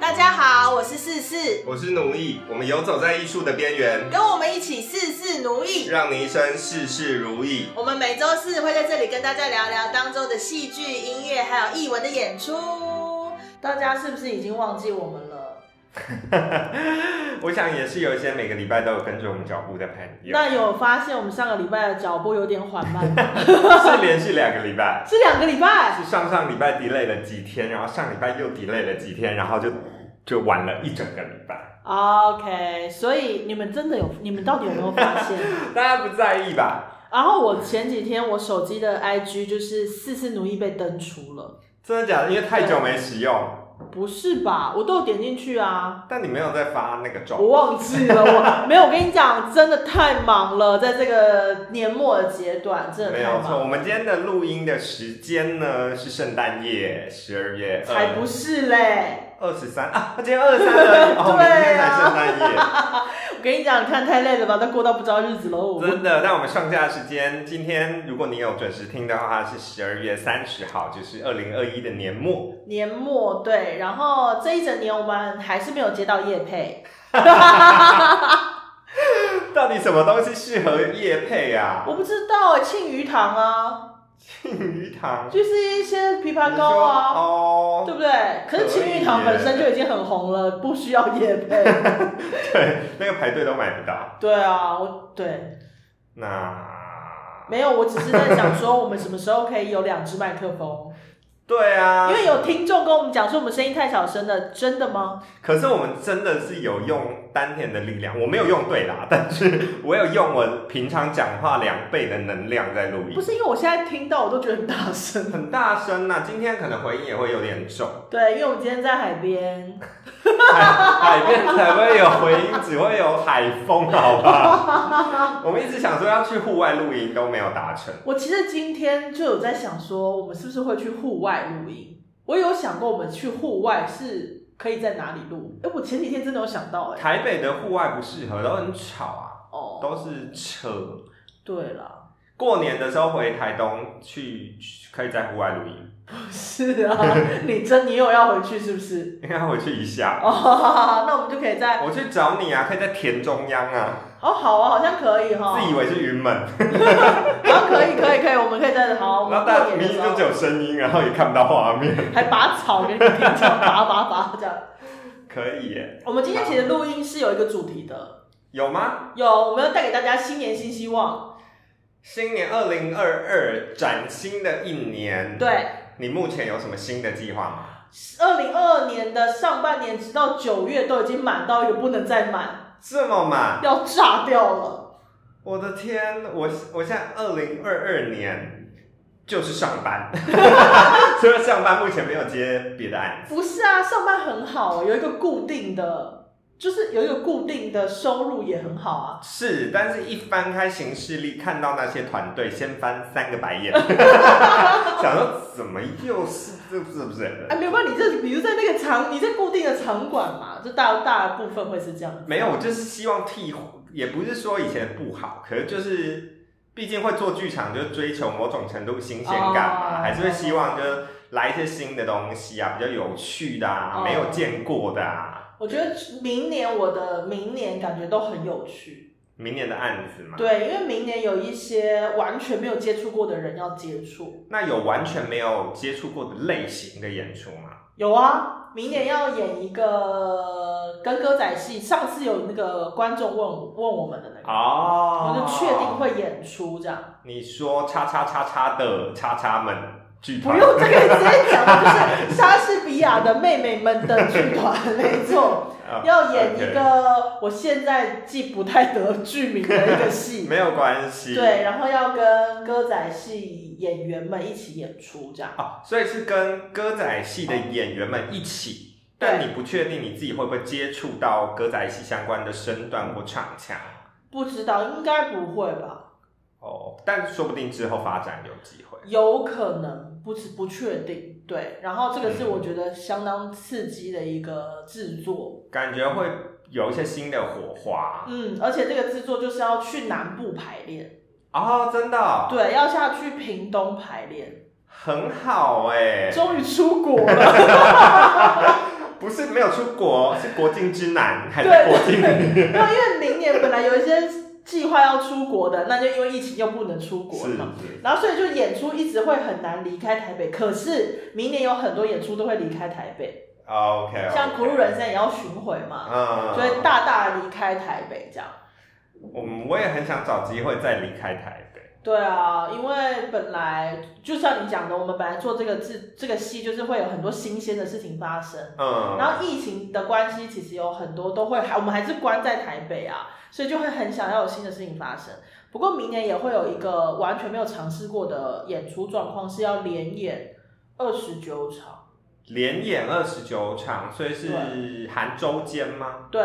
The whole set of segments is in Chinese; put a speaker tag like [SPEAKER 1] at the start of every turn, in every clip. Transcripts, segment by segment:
[SPEAKER 1] 大家好，我是四四，
[SPEAKER 2] 我是奴役，我们游走在艺术的边缘，
[SPEAKER 1] 跟我们一起事事奴役。
[SPEAKER 2] 让你一生事事如意。
[SPEAKER 1] 我们每周四会在这里跟大家聊聊当周的戏剧、音乐还有艺文的演出。大家是不是已经忘记我们了？
[SPEAKER 2] 我想也是有一些每个礼拜都有跟着我们脚步的朋友，
[SPEAKER 1] 那有发现我们上个礼拜的脚步有点缓慢吗？
[SPEAKER 2] 是连续两个礼拜，
[SPEAKER 1] 是两个礼拜，
[SPEAKER 2] 是上上礼拜 delay 了几天，然后上礼拜又 delay 了几天，然后就就晚了一整个礼拜。
[SPEAKER 1] OK，所以你们真的有，你们到底有没有发现？
[SPEAKER 2] 大家不在意吧？
[SPEAKER 1] 然后我前几天我手机的 IG 就是四四奴役被登出了，
[SPEAKER 2] 真的假的？因为太久没使用，
[SPEAKER 1] 不是吧？我都有点进去啊，
[SPEAKER 2] 但你没有在发那个照
[SPEAKER 1] 我忘记了，我没有。我跟你讲，真的太忙了，在这个年末的阶段，真的
[SPEAKER 2] 没
[SPEAKER 1] 太
[SPEAKER 2] 有错，
[SPEAKER 1] 忙。
[SPEAKER 2] 我们今天的录音的时间呢是圣诞夜，十二月
[SPEAKER 1] 才不是嘞！
[SPEAKER 2] 二十三啊，今天二十三而 已，哦，
[SPEAKER 1] 啊
[SPEAKER 2] 明天才圣诞夜。
[SPEAKER 1] 我跟你讲，看太累了吧，都过到不知道日子喽。
[SPEAKER 2] 真的，那我们上架时间，今天如果你有准时听的话，是十二月三十号，就是二零二一的年末。
[SPEAKER 1] 年末对，然后这一整年我们还是没有接到业配，
[SPEAKER 2] 到底什么东西适合夜配啊？
[SPEAKER 1] 我不知道哎、庆余堂啊，
[SPEAKER 2] 庆余堂，
[SPEAKER 1] 就是一些枇杷
[SPEAKER 2] 你
[SPEAKER 1] 膏
[SPEAKER 2] 说
[SPEAKER 1] 啊，对
[SPEAKER 2] 哦，
[SPEAKER 1] 不对？可是青玉堂本身就已经很红了，不需要夜配。
[SPEAKER 2] 啊对，那个排队都买不到。
[SPEAKER 1] 对啊，我对，
[SPEAKER 2] 那
[SPEAKER 1] 没有，我只是在想说，我们什么时候可以有两只麦克风？
[SPEAKER 2] 对啊，
[SPEAKER 1] 因为有听众跟我们讲说，我们声音太小声了，真的吗？
[SPEAKER 2] 可是我们真的是有用丹田的力量，我没有用对啦，但是我有用我平常讲话两倍的能量在录音
[SPEAKER 1] 不，是，因为我现在听到我都觉得很大声。
[SPEAKER 2] 很大声呐、今天可能回音也会有点重。
[SPEAKER 1] 对，因为我们今天在海边，
[SPEAKER 2] 海海边才会有回音，只会有海风，好吧？ 我们一直想说要去户外露营，都没有达成。
[SPEAKER 1] 我其实今天就有在想说，我们是不是会去户外录音？我有想过，我们去户外是可以在哪里录？哎，我前几天真的有想到、哎，
[SPEAKER 2] 台北的户外不适合，都很吵啊，
[SPEAKER 1] 哦，
[SPEAKER 2] 都是车。
[SPEAKER 1] 对啦，
[SPEAKER 2] 过年的时候回台东去，去可以在户外露营，
[SPEAKER 1] 不是啊，李真，你有要回去是不是？
[SPEAKER 2] 应该回去一下。
[SPEAKER 1] 哦， 那我们就可以在
[SPEAKER 2] 我去找你啊，可以在田中央啊，
[SPEAKER 1] 哦，好啊，好像可以哈，
[SPEAKER 2] 自以为是云门，
[SPEAKER 1] 好像可以，可以，可以，我们可以在好，我们
[SPEAKER 2] 然后大家
[SPEAKER 1] 过
[SPEAKER 2] 明
[SPEAKER 1] 年的
[SPEAKER 2] 明
[SPEAKER 1] 时
[SPEAKER 2] 就只
[SPEAKER 1] 候
[SPEAKER 2] 有声音，然后也看不到画面，
[SPEAKER 1] 还拔草给你们听，这样拔拔拔这样。
[SPEAKER 2] 可以耶？
[SPEAKER 1] 我们今天其实录音是有一个主题的，
[SPEAKER 2] 有吗？
[SPEAKER 1] 有我们要带给大家新年新希望，
[SPEAKER 2] 新年二零二二，崭新的一年。
[SPEAKER 1] 对。
[SPEAKER 2] 你目前有什么新的计划吗？
[SPEAKER 1] 二零二二年的上半年，直到九月都已经满到一个不能再满，
[SPEAKER 2] 这么满，
[SPEAKER 1] 要炸掉了。
[SPEAKER 2] 我的天，我我现在二零二二年就是上班， 除了上班，目前没有接别的案子。
[SPEAKER 1] 不是啊，上班很好，有一个固定的，就是有一个固定的收入也很好啊。
[SPEAKER 2] 是，但是一翻开行事历，看到那些团队，先翻三个白眼， 想说怎么又是这是不是？
[SPEAKER 1] 哎，没有办法，你这比如在那个场，你在固定的场馆嘛，就大大部分会是这样子。
[SPEAKER 2] 没有，我就是希望替，也不是说以前不好，可是就是，毕竟会做剧场，就追求某种程度新鲜感嘛，
[SPEAKER 1] 哦
[SPEAKER 2] 还是会希望就是来一些新的东西啊，比较有趣的啊，
[SPEAKER 1] 哦
[SPEAKER 2] 没有见过的啊，
[SPEAKER 1] 我觉得明年我的明年感觉都很有趣，
[SPEAKER 2] 明年的案子嘛。
[SPEAKER 1] 对，因为明年有一些完全没有接触过的人要接触。
[SPEAKER 2] 那有完全没有接触过的类型的演出吗？
[SPEAKER 1] 有啊，明年要演一个跟歌仔戏，上次有那个观众问我问我们的那个，
[SPEAKER 2] 哦
[SPEAKER 1] 我就确定。会演出这样。
[SPEAKER 2] 你说叉叉叉叉的叉叉们剧
[SPEAKER 1] 不
[SPEAKER 2] 团，
[SPEAKER 1] 用这个直接讲了，就是莎士比亚的妹妹们的剧团，没错。
[SPEAKER 2] 呃
[SPEAKER 1] 要演一
[SPEAKER 2] OK，
[SPEAKER 1] 个我现在记不太得剧名的一个戏，
[SPEAKER 2] 没有关系。
[SPEAKER 1] 对，然后要跟歌仔戏演员们一起演出这样。
[SPEAKER 2] 哦，所以是跟歌仔戏的演员们一起，
[SPEAKER 1] 对
[SPEAKER 2] 但你不确定你自己会不会接触到歌仔戏相关的身段或唱腔
[SPEAKER 1] 不知道应该不会吧？
[SPEAKER 2] 哦，但说不定之后发展有机会。
[SPEAKER 1] 有可能不知不确定。对，然后这个是我觉得相当刺激的一个制作，
[SPEAKER 2] 感觉会有一些新的火花
[SPEAKER 1] 嗯，而且这个制作就是要去南部排练，
[SPEAKER 2] 哦，真的哦
[SPEAKER 1] 对，要下去屏东排练，
[SPEAKER 2] 很好哎、
[SPEAKER 1] 终于出国了。
[SPEAKER 2] 不是没有出国，是国境之南还是
[SPEAKER 1] 对
[SPEAKER 2] 国境
[SPEAKER 1] 没有，因为明年本来有一些计划要出国的，那就因为疫情又不能出国
[SPEAKER 2] 是
[SPEAKER 1] 了。然后所以就演出一直会很难离开台北，可是明年有很多演出都会离开台北，
[SPEAKER 2] ？OK，, o k
[SPEAKER 1] 像《苦路人生》也要巡回嘛，
[SPEAKER 2] 哦嗯，
[SPEAKER 1] 所以大大离开台北这样。
[SPEAKER 2] 我们我也很想找机会再离开台北。
[SPEAKER 1] 对啊，因为本来就像你讲的，我们本来做这个制这个戏，就是会有很多新鲜的事情发生。
[SPEAKER 2] 嗯，
[SPEAKER 1] 然后疫情的关系，其实有很多都会还我们还是关在台北啊，所以就会很想要有新的事情发生。不过明年也会有一个完全没有尝试过的演出状况，是要连演二十九场。
[SPEAKER 2] 连演二十九场，所以是
[SPEAKER 1] 对
[SPEAKER 2] 含周间吗？
[SPEAKER 1] 对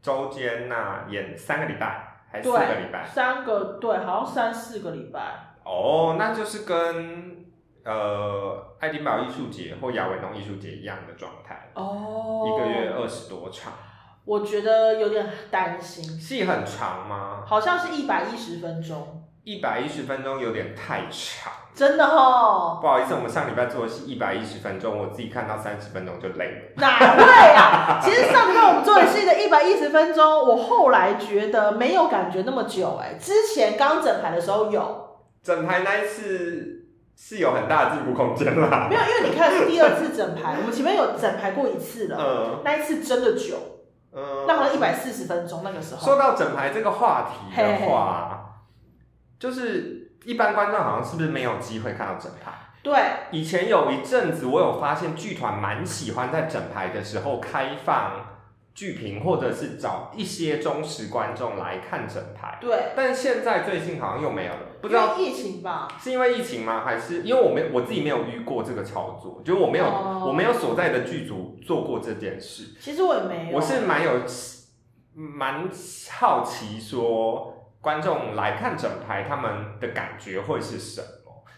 [SPEAKER 2] 周间那演三个礼拜还是四个礼
[SPEAKER 1] 对，
[SPEAKER 2] 拜？
[SPEAKER 1] 三个对，好像三四个礼拜。
[SPEAKER 2] 哦，那就是跟呃爱丁堡艺术节或亚维农艺术节一样的状态，
[SPEAKER 1] 哦
[SPEAKER 2] 一个月二十多场，
[SPEAKER 1] 我觉得有点担心，
[SPEAKER 2] 戏很长吗？
[SPEAKER 1] 好像是一百一十分钟，
[SPEAKER 2] 一百一十分钟有点太长。
[SPEAKER 1] 真的哦。
[SPEAKER 2] 不好意思，我们上礼拜做的是一百一十分钟，我自己看到三十分钟就累了。
[SPEAKER 1] 哪会啊？ 其实上礼拜我们做的是一个一百一十分钟，我后来觉得没有感觉那么久哎、之前刚整排的时候有，
[SPEAKER 2] 整排那一次是有很大的进步空间啦。
[SPEAKER 1] 没有？因为你看是第二次整排，我们前面有整排过一次了，
[SPEAKER 2] 嗯
[SPEAKER 1] 那一次真的久，
[SPEAKER 2] 嗯，
[SPEAKER 1] 那好像一百四十分钟那个时候。
[SPEAKER 2] 说到整排这个话题的话，就是一般观众好像是不是没有机会看到整排？
[SPEAKER 1] 对，
[SPEAKER 2] 以前有一阵子，我有发现剧团蛮喜欢在整排的时候开放剧评，或者是找一些忠实观众来看整排，
[SPEAKER 1] 对，
[SPEAKER 2] 但现在最近好像又没有了，不知
[SPEAKER 1] 因
[SPEAKER 2] 道
[SPEAKER 1] 为疫情吧，
[SPEAKER 2] 是因为疫情吗？还是因为我没我自己没有遇过这个操作，就是我没有、
[SPEAKER 1] 哦
[SPEAKER 2] 我没有所在的剧组做过这件事，
[SPEAKER 1] 其实我也没有。
[SPEAKER 2] 我是蛮有蛮好奇说观众来看整排他们的感觉会是什么，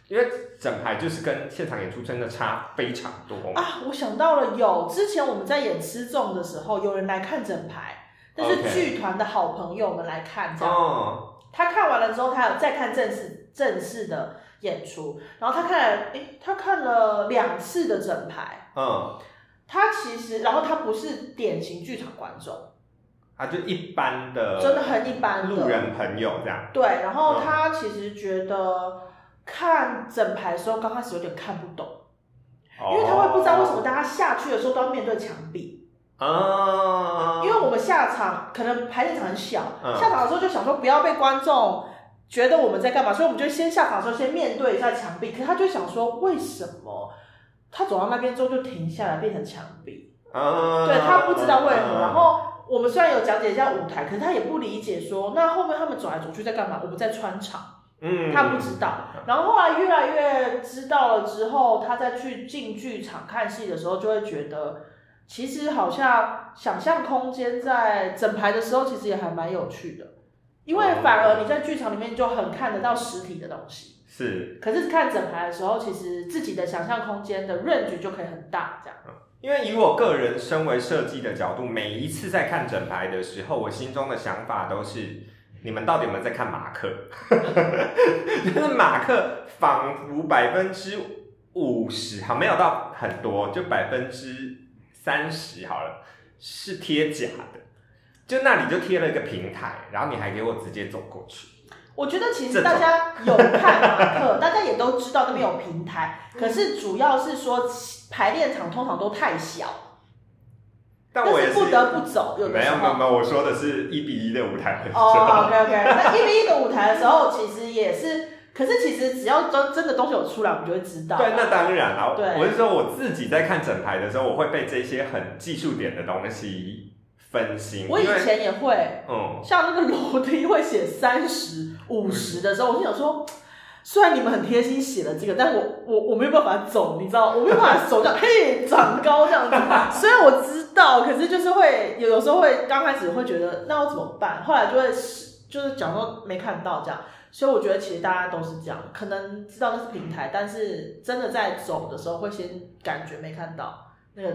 [SPEAKER 2] 因为整排就是跟现场演出真的差非常多嘛。
[SPEAKER 1] 啊，我想到了有，之前我们在演失重的时候，有人来看整排，但是
[SPEAKER 2] OK
[SPEAKER 1] 剧团的好朋友们来看这样。
[SPEAKER 2] 哦，
[SPEAKER 1] 他看完了之后，他有再看正式正式的演出，然后他看了，诶，他看了两次的整排。
[SPEAKER 2] 嗯，
[SPEAKER 1] 他其实，然后他不是典型剧场观众，
[SPEAKER 2] 啊，就一般的，
[SPEAKER 1] 真的很一般的
[SPEAKER 2] 路人朋友这样。
[SPEAKER 1] 对。然后他其实觉得看整排的时候，刚开始有点看不懂，
[SPEAKER 2] 哦
[SPEAKER 1] 因为他会不知道为什么大家下去的时候都要面对墙壁，
[SPEAKER 2] 啊，
[SPEAKER 1] 因为我们下场可能排练场很小，
[SPEAKER 2] 嗯
[SPEAKER 1] 下场的时候就想说不要被观众。觉得我们在干嘛，所以我们就先下场的时候先面对一下墙壁。可是他就想说，为什么他走到那边之后就停下来变成墙壁？
[SPEAKER 2] 啊，
[SPEAKER 1] 对他不知道为何。
[SPEAKER 2] 嗯
[SPEAKER 1] 然后我们虽然有讲解一下舞台，可是他也不理解说，那后面他们走来走去在干嘛？我们在穿场，
[SPEAKER 2] 嗯，
[SPEAKER 1] 他不知道。然后后来越来越知道了之后，他再去进剧场看戏的时候，就会觉得其实好像想象空间在整排的时候，其实也还蛮有趣的，因为反而你在剧场里面就很看得到实体的东西，
[SPEAKER 2] 是。
[SPEAKER 1] 可是看整排的时候，其实自己的想象空间的 range 就可以很大，这样。
[SPEAKER 2] 因为以我个人身为设计的角度，每一次在看整排的时候，我心中的想法都是：你们到底有没有在看马克？ 就是马克仿佛百分之五十，好没有到很多，就百分之三十好了，是贴假的。就那里就贴了一个平台，然后你还给我直接走过去。
[SPEAKER 1] 我觉得其
[SPEAKER 2] 这
[SPEAKER 1] 实
[SPEAKER 2] 种
[SPEAKER 1] 大家有看马克，大家也都知道那边有平台，
[SPEAKER 2] 嗯
[SPEAKER 1] 可是主要是说排练场通常都太小，
[SPEAKER 2] 但我也
[SPEAKER 1] 是不得不走，有的
[SPEAKER 2] 没
[SPEAKER 1] 时
[SPEAKER 2] 有没有
[SPEAKER 1] 候。
[SPEAKER 2] 没有，我说的是一比一的舞台的时候。
[SPEAKER 1] 哦、o k OK，那一比一的舞台的时候，其实也是，可是其实只要真真的东西有出来，我们就会知道。
[SPEAKER 2] 对，那当然啦。
[SPEAKER 1] 对
[SPEAKER 2] 我是说我自己在看整排的时候，我会被这些很技术点的东西分心。
[SPEAKER 1] 我以
[SPEAKER 2] 因为
[SPEAKER 1] 前也会，
[SPEAKER 2] 嗯，
[SPEAKER 1] 像那个楼梯会写三十五十的时候，我就想说，虽然你们很贴心写了这个，但我我我没有办法走，你知道，我没有办法手这样嘿长高这样子。虽然我知道，可是就是会有有时候会刚开始会觉得那我怎么办，后来就会是就是假装没看到这样。所以我觉得其实大家都是这样，可能知道那是平台，但是真的在走的时候会先感觉没看到那个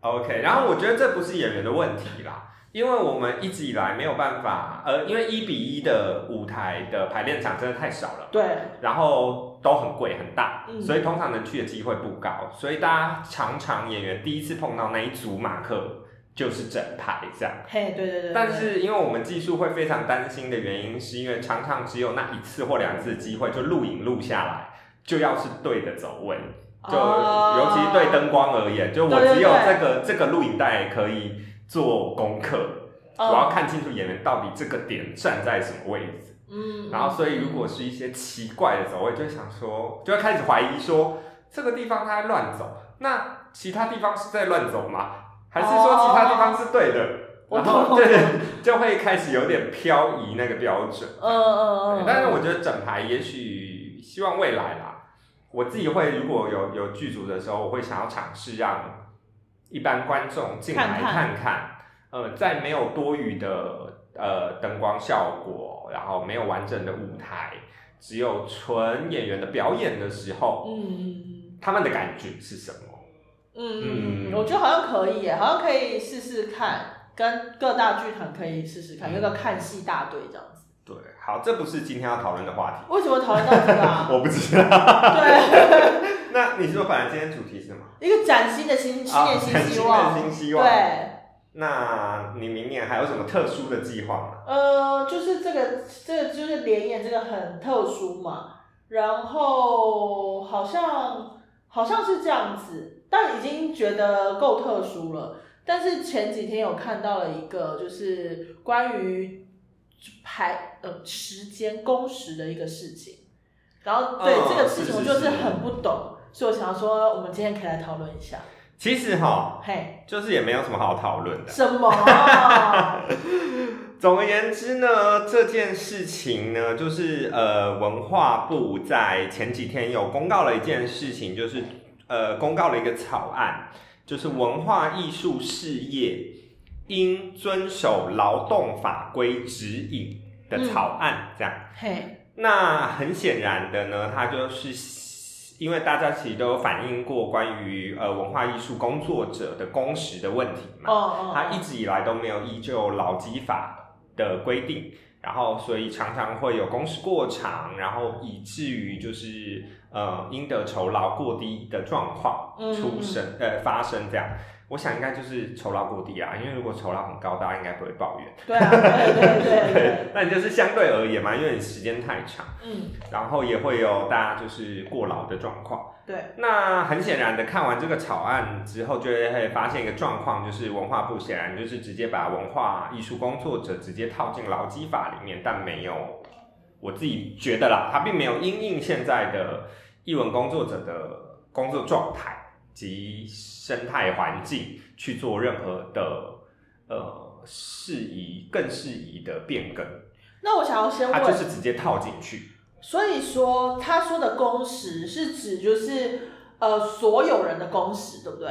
[SPEAKER 2] OK，然后我觉得这不是演员的问题啦，因为我们一直以来没有办法，呃，因为一比一的舞台的排练场真的太少了，
[SPEAKER 1] 对，
[SPEAKER 2] 然后都很贵很大，
[SPEAKER 1] 嗯
[SPEAKER 2] 所以通常能去的机会不高，所以大家常常演员第一次碰到那一组马克就是整排这样。
[SPEAKER 1] 嘿，对对对。
[SPEAKER 2] 但是因为我们技术会非常担心的原因，是因为常常只有那一次或两次机会，就录影录下来，就要是对的走位，就尤其是对灯光而言，就我
[SPEAKER 1] 哦对对
[SPEAKER 2] 只有
[SPEAKER 1] 对
[SPEAKER 2] 这个这个录影带可以做功课，我
[SPEAKER 1] 哦，
[SPEAKER 2] 要看清楚演员到底这个点站在什么位置。
[SPEAKER 1] 嗯，
[SPEAKER 2] 然后，所以如果是一些奇怪的走位，就会想说，就会开始怀疑说，这个地方他在乱走，那其他地方是在乱走吗？还是说其他地方是对的？
[SPEAKER 1] 哦我
[SPEAKER 2] 然
[SPEAKER 1] 懂
[SPEAKER 2] 后对对， 就会开始有点漂移那个标准。
[SPEAKER 1] 嗯嗯嗯，
[SPEAKER 2] 对但是我觉得整排也许希望未来啦，我自己会如果有有剧组的时候，我会想要尝试让一般观众进来
[SPEAKER 1] 看
[SPEAKER 2] 看
[SPEAKER 1] 看
[SPEAKER 2] 看，呃，在没有多余的呃灯光效果，然后没有完整的舞台，只有纯演员的表演的时候，
[SPEAKER 1] 嗯
[SPEAKER 2] 他们的感觉是什么？
[SPEAKER 1] 嗯嗯嗯，我觉得好像可以耶，好像可以试试看，跟各大剧团可以试试
[SPEAKER 2] 嗯
[SPEAKER 1] 看，有个看戏大队这样子。
[SPEAKER 2] 对，好，这不是今天要讨论的话题，
[SPEAKER 1] 为什么讨论到这个啊？
[SPEAKER 2] 我不知道。
[SPEAKER 1] 对，
[SPEAKER 2] 那你说本来今天主题是什么？
[SPEAKER 1] 一个崭新的新新年新希
[SPEAKER 2] 啊
[SPEAKER 1] 望，
[SPEAKER 2] 新希望。
[SPEAKER 1] 对。
[SPEAKER 2] 那你明年还有什么特殊的计划吗？
[SPEAKER 1] 呃，就是这个，这个就是联演这个很特殊嘛，然后好像好像是这样子，但已经觉得够特殊了。但是前几天有看到了一个，就是关于排呃时间工时的一个事情，然后对、
[SPEAKER 2] 哦
[SPEAKER 1] 这个事情我
[SPEAKER 2] 是是
[SPEAKER 1] 就是
[SPEAKER 2] 是
[SPEAKER 1] 很不懂，所以我想说我们今天可以来讨论一下。
[SPEAKER 2] 其实哈，
[SPEAKER 1] 嘿，
[SPEAKER 2] 就是也没有什么好讨论的。
[SPEAKER 1] 什么？
[SPEAKER 2] 总而言之呢，这件事情呢，就是呃，文化部在前几天有公告了一件事情，就是呃，公告了一个草案，就是文化艺术事业应遵守劳动法规指引的草案，这样。
[SPEAKER 1] 嘿，
[SPEAKER 2] 那很显然的呢，它就是因为大家其实都有反映过关于呃文化艺术工作者的工时的问题
[SPEAKER 1] 哦
[SPEAKER 2] 嘛，
[SPEAKER 1] 哦，
[SPEAKER 2] 它一直以来都没有依就劳基法的规定，然后所以常常会有工时过长，然后以至于就是呃应得酬劳过低的状况
[SPEAKER 1] 嗯
[SPEAKER 2] 出生、呃发生这样。我想应该就是酬劳过低啊，因为如果酬劳很高，大家应该不会抱怨。
[SPEAKER 1] 对啊，对对对对，
[SPEAKER 2] 那你就是相对而言嘛，因为你时间太长。
[SPEAKER 1] 嗯。
[SPEAKER 2] 然后也会有大家就是过劳的状况。
[SPEAKER 1] 对，
[SPEAKER 2] 那很显然的，看完这个草案之后，就会发现一个状况，就是文化部显然就是直接把文化艺术工作者直接套进劳基法里面，但没有，我自己觉得啦，它并没有因应现在的艺文工作者的工作状态及生态环境去做任何的呃适宜更适宜的变更，
[SPEAKER 1] 那我想要先
[SPEAKER 2] 它
[SPEAKER 1] 问，
[SPEAKER 2] 就是直接套进去。
[SPEAKER 1] 所以说他说的工时是指就是呃所有人的工时，对不对？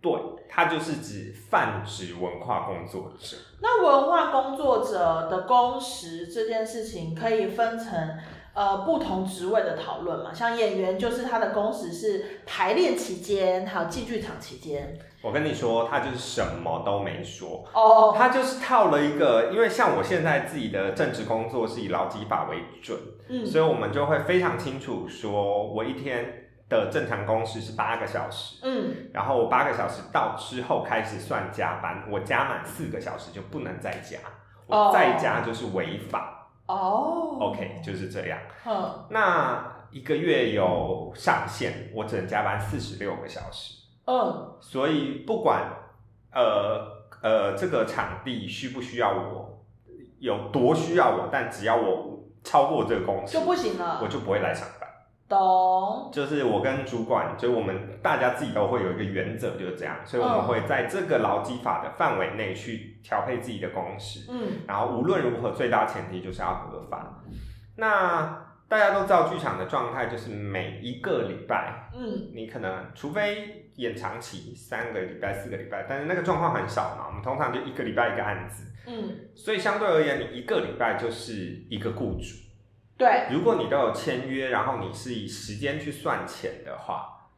[SPEAKER 2] 对，它就是指泛指文化工作者。
[SPEAKER 1] 那文化工作者的工时这件事情可以分成呃不同职位的讨论嘛，像演员就是他的工时是排练期间，还有进剧场期间。
[SPEAKER 2] 我跟你说，他就是什么都没说，
[SPEAKER 1] 哦，
[SPEAKER 2] 他就是套了一个，因为像我现在自己的正职工作是以劳基法为准，
[SPEAKER 1] 嗯
[SPEAKER 2] 所以我们就会非常清楚说，我一天的正常工时是八个小时，
[SPEAKER 1] 嗯，
[SPEAKER 2] 然后我八个小时到之后开始算加班，我加满四个小时就不能再加，
[SPEAKER 1] 哦
[SPEAKER 2] 我再加就是违法。
[SPEAKER 1] 哦
[SPEAKER 2] OK，就是这样。
[SPEAKER 1] 嗯
[SPEAKER 2] 那一个月有上限，我只能加班四十六个小时。
[SPEAKER 1] 嗯
[SPEAKER 2] 所以不管呃呃这个场地需不需要我，有多需要我，但只要我超过这个工时
[SPEAKER 1] 就，不行了
[SPEAKER 2] 我，就不会来上班。
[SPEAKER 1] 懂？
[SPEAKER 2] 就是我跟主管，就是我们大家自己都会有一个原则，就是这样，所以我们
[SPEAKER 1] 嗯
[SPEAKER 2] 会在这个劳基法的范围内去调配自己的工时。
[SPEAKER 1] 嗯
[SPEAKER 2] 然后无论如何，最大前提就是要合法。那大家都知道，剧场的状态就是每一个礼拜
[SPEAKER 1] 嗯
[SPEAKER 2] 你可能除非延长期三个礼拜、四个礼拜，但是那个状况很少嘛。我们通常就一个礼拜一个案子，
[SPEAKER 1] 嗯，
[SPEAKER 2] 所以相对而言，你一个礼拜就是一个雇主。
[SPEAKER 1] 对，
[SPEAKER 2] 如果你都有签约，然后你是以时间去算钱的话，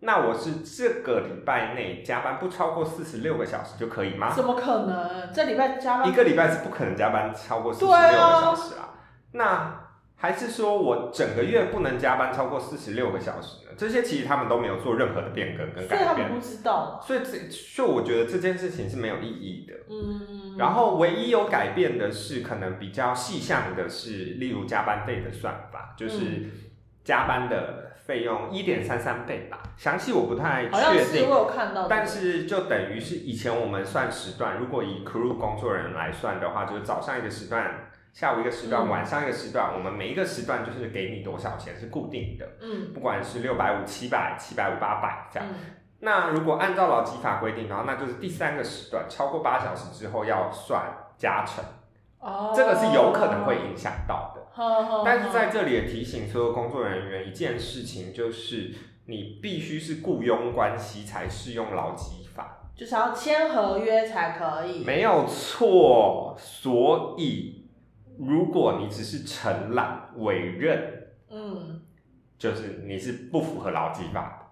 [SPEAKER 2] 那我是这个礼拜内加班不超过四十六个小时就可以吗？
[SPEAKER 1] 怎么可能？这礼拜加班
[SPEAKER 2] 啊一个礼拜是不可能加班超过四十
[SPEAKER 1] 对
[SPEAKER 2] 六个
[SPEAKER 1] 啊
[SPEAKER 2] 小时啊。那还是说我整个月不能加班超过四十六个小时呢？这些其实他们都没有做任何的变更跟
[SPEAKER 1] 所以他
[SPEAKER 2] 改
[SPEAKER 1] 们
[SPEAKER 2] 变，
[SPEAKER 1] 不知道。
[SPEAKER 2] 所以这就我觉得这件事情是没有意义的。
[SPEAKER 1] 嗯，
[SPEAKER 2] 然后唯一有改变的是，可能比较细项的是，例如加班费的算法，
[SPEAKER 1] 嗯
[SPEAKER 2] 就是加班的费用一点三三倍吧，详细我不太
[SPEAKER 1] 好像
[SPEAKER 2] 确
[SPEAKER 1] 是
[SPEAKER 2] 定
[SPEAKER 1] 我。有看到，
[SPEAKER 2] 但是就等于是以前我们算时段，如果以 crew 工作人员来算的话，就是早上一个时段，下午一个时段，
[SPEAKER 1] 嗯
[SPEAKER 2] 晚上一个时段，我们每一个时段就是给你多少钱是固定的，
[SPEAKER 1] 嗯
[SPEAKER 2] 不管是六百五、七百、七百五、八百这样。
[SPEAKER 1] 嗯
[SPEAKER 2] 那如果按照劳基法规定的话，那就是第三个时段超过八小时之后要算加成，
[SPEAKER 1] 哦，
[SPEAKER 2] 这个是有可能会影响到的。
[SPEAKER 1] 呵，呵
[SPEAKER 2] 但是在
[SPEAKER 1] 呵
[SPEAKER 2] 这里也提醒所有工作人员一件事情，就是你必须是雇佣关系才适用劳基法，
[SPEAKER 1] 就是要签合约才可以。
[SPEAKER 2] 没有错。所以，如果你只是承揽委任，
[SPEAKER 1] 嗯，
[SPEAKER 2] 就是你是不符合劳基法的。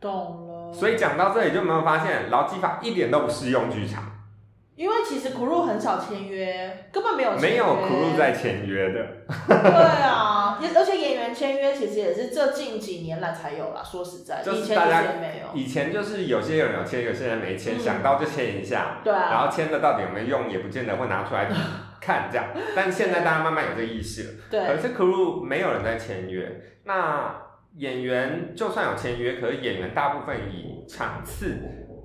[SPEAKER 1] 懂了。
[SPEAKER 2] 所以讲到这里，就有没有发现劳基法一点都不适用剧场？
[SPEAKER 1] 因为其实 crew 很少签约，根本没有签约
[SPEAKER 2] 没有 crew 在签约的，
[SPEAKER 1] 对啊，也而且演员签约其实也是这近几年来才有啦。说实在，
[SPEAKER 2] 就
[SPEAKER 1] 以
[SPEAKER 2] 是
[SPEAKER 1] 前
[SPEAKER 2] 大
[SPEAKER 1] 其
[SPEAKER 2] 家
[SPEAKER 1] 实也没有。
[SPEAKER 2] 以前就是有些人有签，有些人没签，
[SPEAKER 1] 哦嗯
[SPEAKER 2] 想到就签一下，
[SPEAKER 1] 对
[SPEAKER 2] 然
[SPEAKER 1] 啊，
[SPEAKER 2] 后签的到底有没有用，也不见得会拿出来 看这样。但现在大家慢慢有这个意识了，可
[SPEAKER 1] 对，
[SPEAKER 2] 是 crew 没有人在签约，那演员就算有签约，可是演员大部分以场次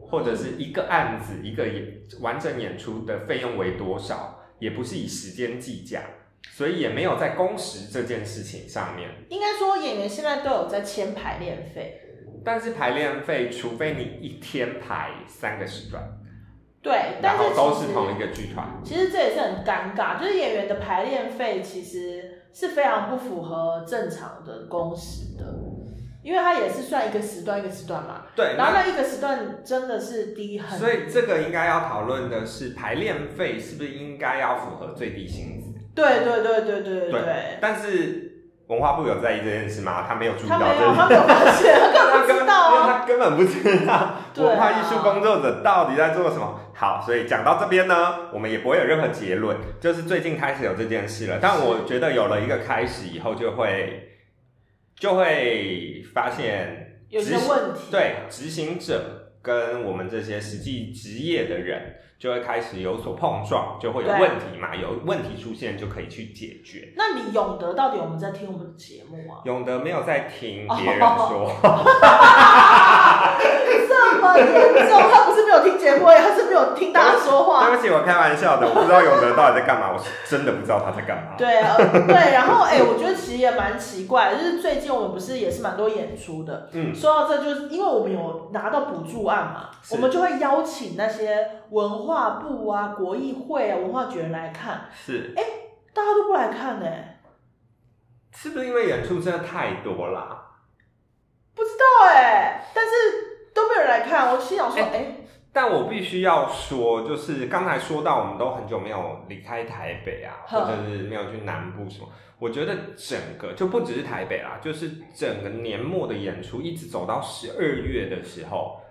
[SPEAKER 2] 或者是一个案子一个演完整演出的费用为多少，也不是以时间计价，所以也没有在工时这件事情上面。
[SPEAKER 1] 应该说演员现在都有在签排练费。
[SPEAKER 2] 但是排练费，除非你一天排三个时段，
[SPEAKER 1] 对，但
[SPEAKER 2] 然
[SPEAKER 1] 是
[SPEAKER 2] 后
[SPEAKER 1] 其
[SPEAKER 2] 都
[SPEAKER 1] 实
[SPEAKER 2] 是同一个剧团，
[SPEAKER 1] 其实这也是很尴尬，就是演员的排练费其实是非常不符合正常的工时的，因为它也是算一个时段一个时段嘛。
[SPEAKER 2] 对，
[SPEAKER 1] 然后那一个时段真的是低
[SPEAKER 2] 那
[SPEAKER 1] 很，
[SPEAKER 2] 所以这个应该要讨论的是排练费是不是应该要符合最低薪资？
[SPEAKER 1] 对对对对对对
[SPEAKER 2] 对
[SPEAKER 1] 对，
[SPEAKER 2] 但是文化部有在意这件事吗？他没有注意
[SPEAKER 1] 他
[SPEAKER 2] 到
[SPEAKER 1] 没
[SPEAKER 2] 这
[SPEAKER 1] 有，
[SPEAKER 2] 件
[SPEAKER 1] 他
[SPEAKER 2] 事。
[SPEAKER 1] 没有发现，他根本
[SPEAKER 2] 他
[SPEAKER 1] 不
[SPEAKER 2] 根
[SPEAKER 1] 知道
[SPEAKER 2] 因为
[SPEAKER 1] 啊。
[SPEAKER 2] 他根本不知道
[SPEAKER 1] 对啊
[SPEAKER 2] 文化艺术工作者到底在做什么。好，所以讲到这边呢，我们也不会有任何结论，就是最近开始有这件事了。但我觉得有了一个开始以后，就会就会发现，
[SPEAKER 1] 有些问题，
[SPEAKER 2] 对执行者跟我们这些实际职业的人，就会开始有所碰撞，就会有
[SPEAKER 1] 对
[SPEAKER 2] 问题嘛，有问题出现就可以去解决。
[SPEAKER 1] 那你永德到底有没有在听我们的节目啊？
[SPEAKER 2] 永德没有在听别人
[SPEAKER 1] 哦
[SPEAKER 2] 说，
[SPEAKER 1] 这么严重，他不是没有听节目，他是没有听大家说话。
[SPEAKER 2] 对不起，我开玩笑的，我不知道永德到底在干嘛，我是真的不知道他在干嘛。
[SPEAKER 1] 对，呃对，然后哎、我觉得其实也蛮奇怪，就是最近我们不是也是蛮多演出的。
[SPEAKER 2] 嗯，
[SPEAKER 1] 说到这，就是因为我们有拿到补助案嘛，
[SPEAKER 2] 是
[SPEAKER 1] 我们就会邀请那些文化部啊、国艺会啊、文化局人来看，
[SPEAKER 2] 是
[SPEAKER 1] 大家都不来看呢、
[SPEAKER 2] 是不是因为演出真的太多啦？
[SPEAKER 1] 对、但是都没有人来看，我心想说，哎、
[SPEAKER 2] 但我必须要说，就是刚才说到我们都很久没有离开台北啊，或
[SPEAKER 1] 哼
[SPEAKER 2] 者是没有去南部什么，我觉得整个就不只是台北啦，就是整个年末的演出一直走到十二月的时候，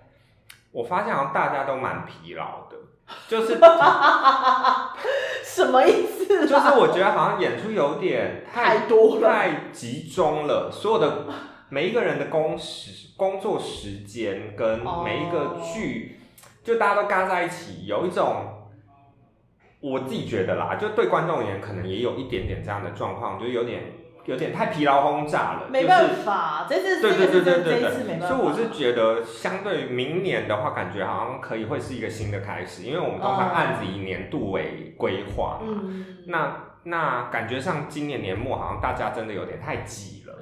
[SPEAKER 2] 我发现好像大家都蛮疲劳的，就是
[SPEAKER 1] 哎什么意思
[SPEAKER 2] 就
[SPEAKER 1] 啦？
[SPEAKER 2] 是我觉得好像演出有点太
[SPEAKER 1] 太多了，
[SPEAKER 2] 太集中了，所有的每一个人的工时、工作时间跟
[SPEAKER 1] 哦
[SPEAKER 2] 每一个剧，就大家都嘎在一起，有一种我自己觉得啦，就对观众而言，可能也有一点点这样的状况，就是有点有点太疲劳轰炸了，
[SPEAKER 1] 没
[SPEAKER 2] 就是
[SPEAKER 1] 办法，这次这
[SPEAKER 2] 对
[SPEAKER 1] 个
[SPEAKER 2] 对对
[SPEAKER 1] 是
[SPEAKER 2] 对
[SPEAKER 1] 真的
[SPEAKER 2] 对
[SPEAKER 1] 这一次没办
[SPEAKER 2] 对，
[SPEAKER 1] 法。
[SPEAKER 2] 所以我是觉得，相对于明年的话，感觉好像可以会是一个新的开始，因为我们通常
[SPEAKER 1] 哦
[SPEAKER 2] 案子以年度为规划嘛，
[SPEAKER 1] 嗯，
[SPEAKER 2] 那那感觉上今年年末好像大家真的有点太挤了，